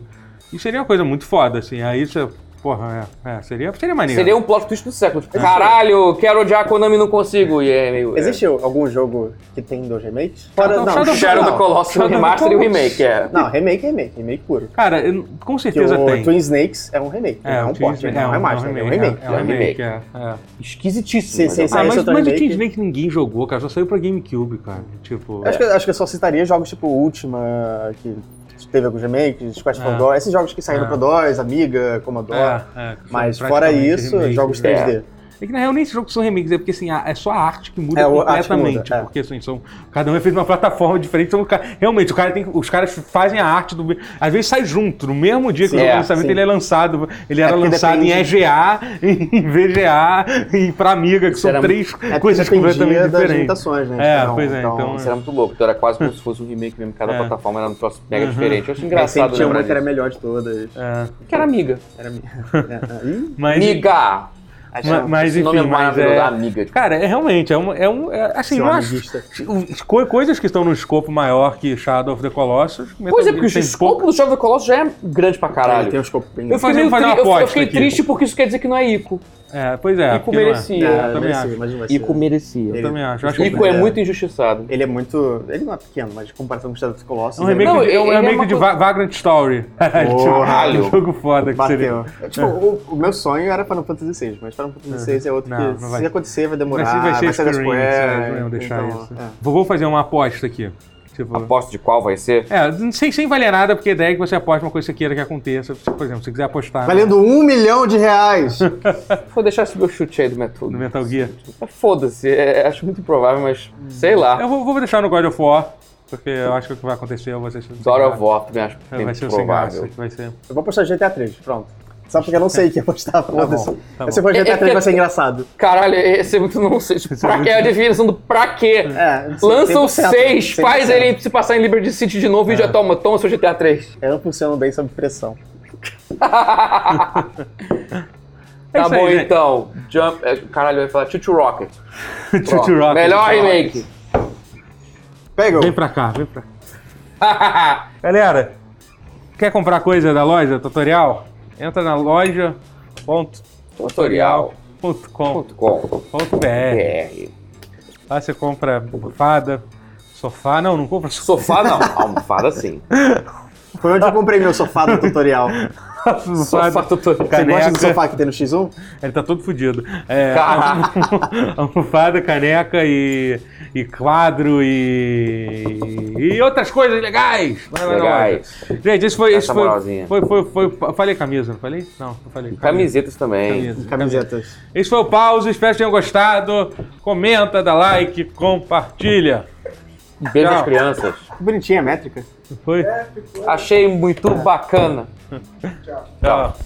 E, e seria uma coisa muito foda, assim. Aí você. Porra, é, é, seria, seria maneiro. Seria um plot twist do século. É. Tipo, caralho, quero odiar a Konami não consigo. E é meio... é. Existe algum jogo que tem dois remakes? Fora, não, não, Shadow O Shadow não. do Colossus, o Shadow do remaster e o Colossus. remake, é. Não, remake é remake, remake puro. Cara, eu- com Que certeza o tem. Twin Snakes é um remake, não é o um Twin porte, Snake- não é um remaster, é um remake. É um remake, é. é. Esquisitíssimo. Sim, mas sim, é Ah, Esse mas, outro mas o remake- Kid Snake ninguém jogou, cara. Só saiu pra GameCube, cara. Tipo. Acho que, acho que eu só citaria jogos tipo Ultima, que teve alguns remakes, Quest for É. Doll, esses jogos que saíram pro DOS, Amiga, Commodore. É, é, que são mas fora praticamente isso, remakes, jogos né? 3D. É que na real nem esse jogo são remakes, é porque assim, a- é só a arte que muda É, o- a arte completamente. muda, é. Porque assim, são, cada um fez uma plataforma diferente. Então, o ca- realmente, o cara tem, os caras fazem a arte do. Às vezes sai junto, no mesmo dia que Sim, o jogo é, é, lançamento sim. ele é lançado. Ele era porque lançado em depende- EGA, em VGA, em pra Amiga, que são Era- três É coisas porque completamente dependia das diferentes. limitações, né? de É, cada um. pois é, então- Isso era muito louco, então era quase como se fosse um remake mesmo, cada É. plataforma era um troço mega Uhum. diferente. Eu acho é, engraçado né, sempre tinha uma lembrar que era disso. melhor de todas. É, Que era amiga. Era minha. É, é. Ih, mas, Amiga! acho ma- que- mas Esse enfim, nome é mas maravilhoso, é, amiga. tipo, Cara, é realmente, é um. É um é, assim, Seu eu acho- amiguista. o- co- coisas que estão no escopo maior que Shadow of the Colossus. Metal Pois é, Gear porque o tem escopo do Shadow of the Colossus já é grande pra Ele caralho. Tem um escopo bem Eu fiquei, Podemos meio fazer uma tri- eu- eu aposta fiquei aqui. triste porque isso quer dizer que não é Ico. É, pois é. Ico porque não é. merecia. É, eu também merecia, acho. imagina, vai ser. Ico merecia. Eu Ele- também acho. Eu acho Ico Ico que- é é. muito injustiçado. Ele é muito. Ele não é pequeno, mas em comparação com o Shadow of the Colossus. É um remake, ele- Não, de, é um ele é remake uma de coisa- Va- Vagrant Story. Porra. um jogo foda que Bateu. seria. Tipo, o, o meu sonho era Final Fantasy VI, mas Final Fantasy VI é outro É. Não, que, não vai. se acontecer, vai demorar. Vai ser, vai ser Ah, vai sair da experience, Square, é, não iam deixar então, isso. é. Vou vou fazer uma aposta aqui. Tipo, Aposto de qual vai ser? é, não sei sem valer nada, porque a ideia é que você aposte uma coisa que você queira que aconteça. Se, Por exemplo, se você quiser apostar Valendo um milhão de reais! Vou deixar esse meu chute aí do Metal no Gear. Metal Gear. Foda-se, é- acho muito improvável, mas sei lá. Eu vou, vou deixar no God of War, porque eu acho que o que vai acontecer é vocês. Zora of War também né? acho É, Vai ser bem o sem graça, provável. que vai ser. Eu vou postar GTA 3, pronto. Só porque eu não sei o que apostar, foda-se. bom, tá Se eu bom. for É- é GTA 3 vai porque- ser engraçado. Caralho, esse é muito não sei. tipo, é Pra muito- que é a definição do pra quê? É, Lançam 100%, seis, faz 100%. ele se passar em Liberty City de novo e já toma, toma seu GTA 3. Eu não funciono bem sob pressão. Tá isso bom aí, gente. então. Jump. é, Caralho, eu ia falar Chuchu Rocket. Pronto. Chuchu Rocket. Melhor remake. Pega! Vem pra cá, vem pra cá. Galera, quer comprar coisa da loja, tutorial? Entra na loja.tutorial.com.br. Tutorial.com.br Lá você compra almofada, sofá. Não, não compra sofá. Sofá não, almofada sim. Foi onde eu comprei meu sofá do tutorial. Sofá tutorial. Você gosta do Caneca. sofá que tem no X1? Ele tá todo fudido. É, Caraca. almofada, caneca e, e quadro e, e outras coisas legais. Vai lá na Legais. loja. Gente, esse foi. Esse Essa foi, moralzinha. foi, foi, foi- Falei camisa, não falei? Não, não falei. Camisetas também. Camisa, camisa. Camisetas. Esse foi o pause, espero que tenham gostado. Comenta, dá like, compartilha. Beijo Tchau. às crianças. Que bonitinha a métrica. Foi? É. Achei muito bacana. Tchau.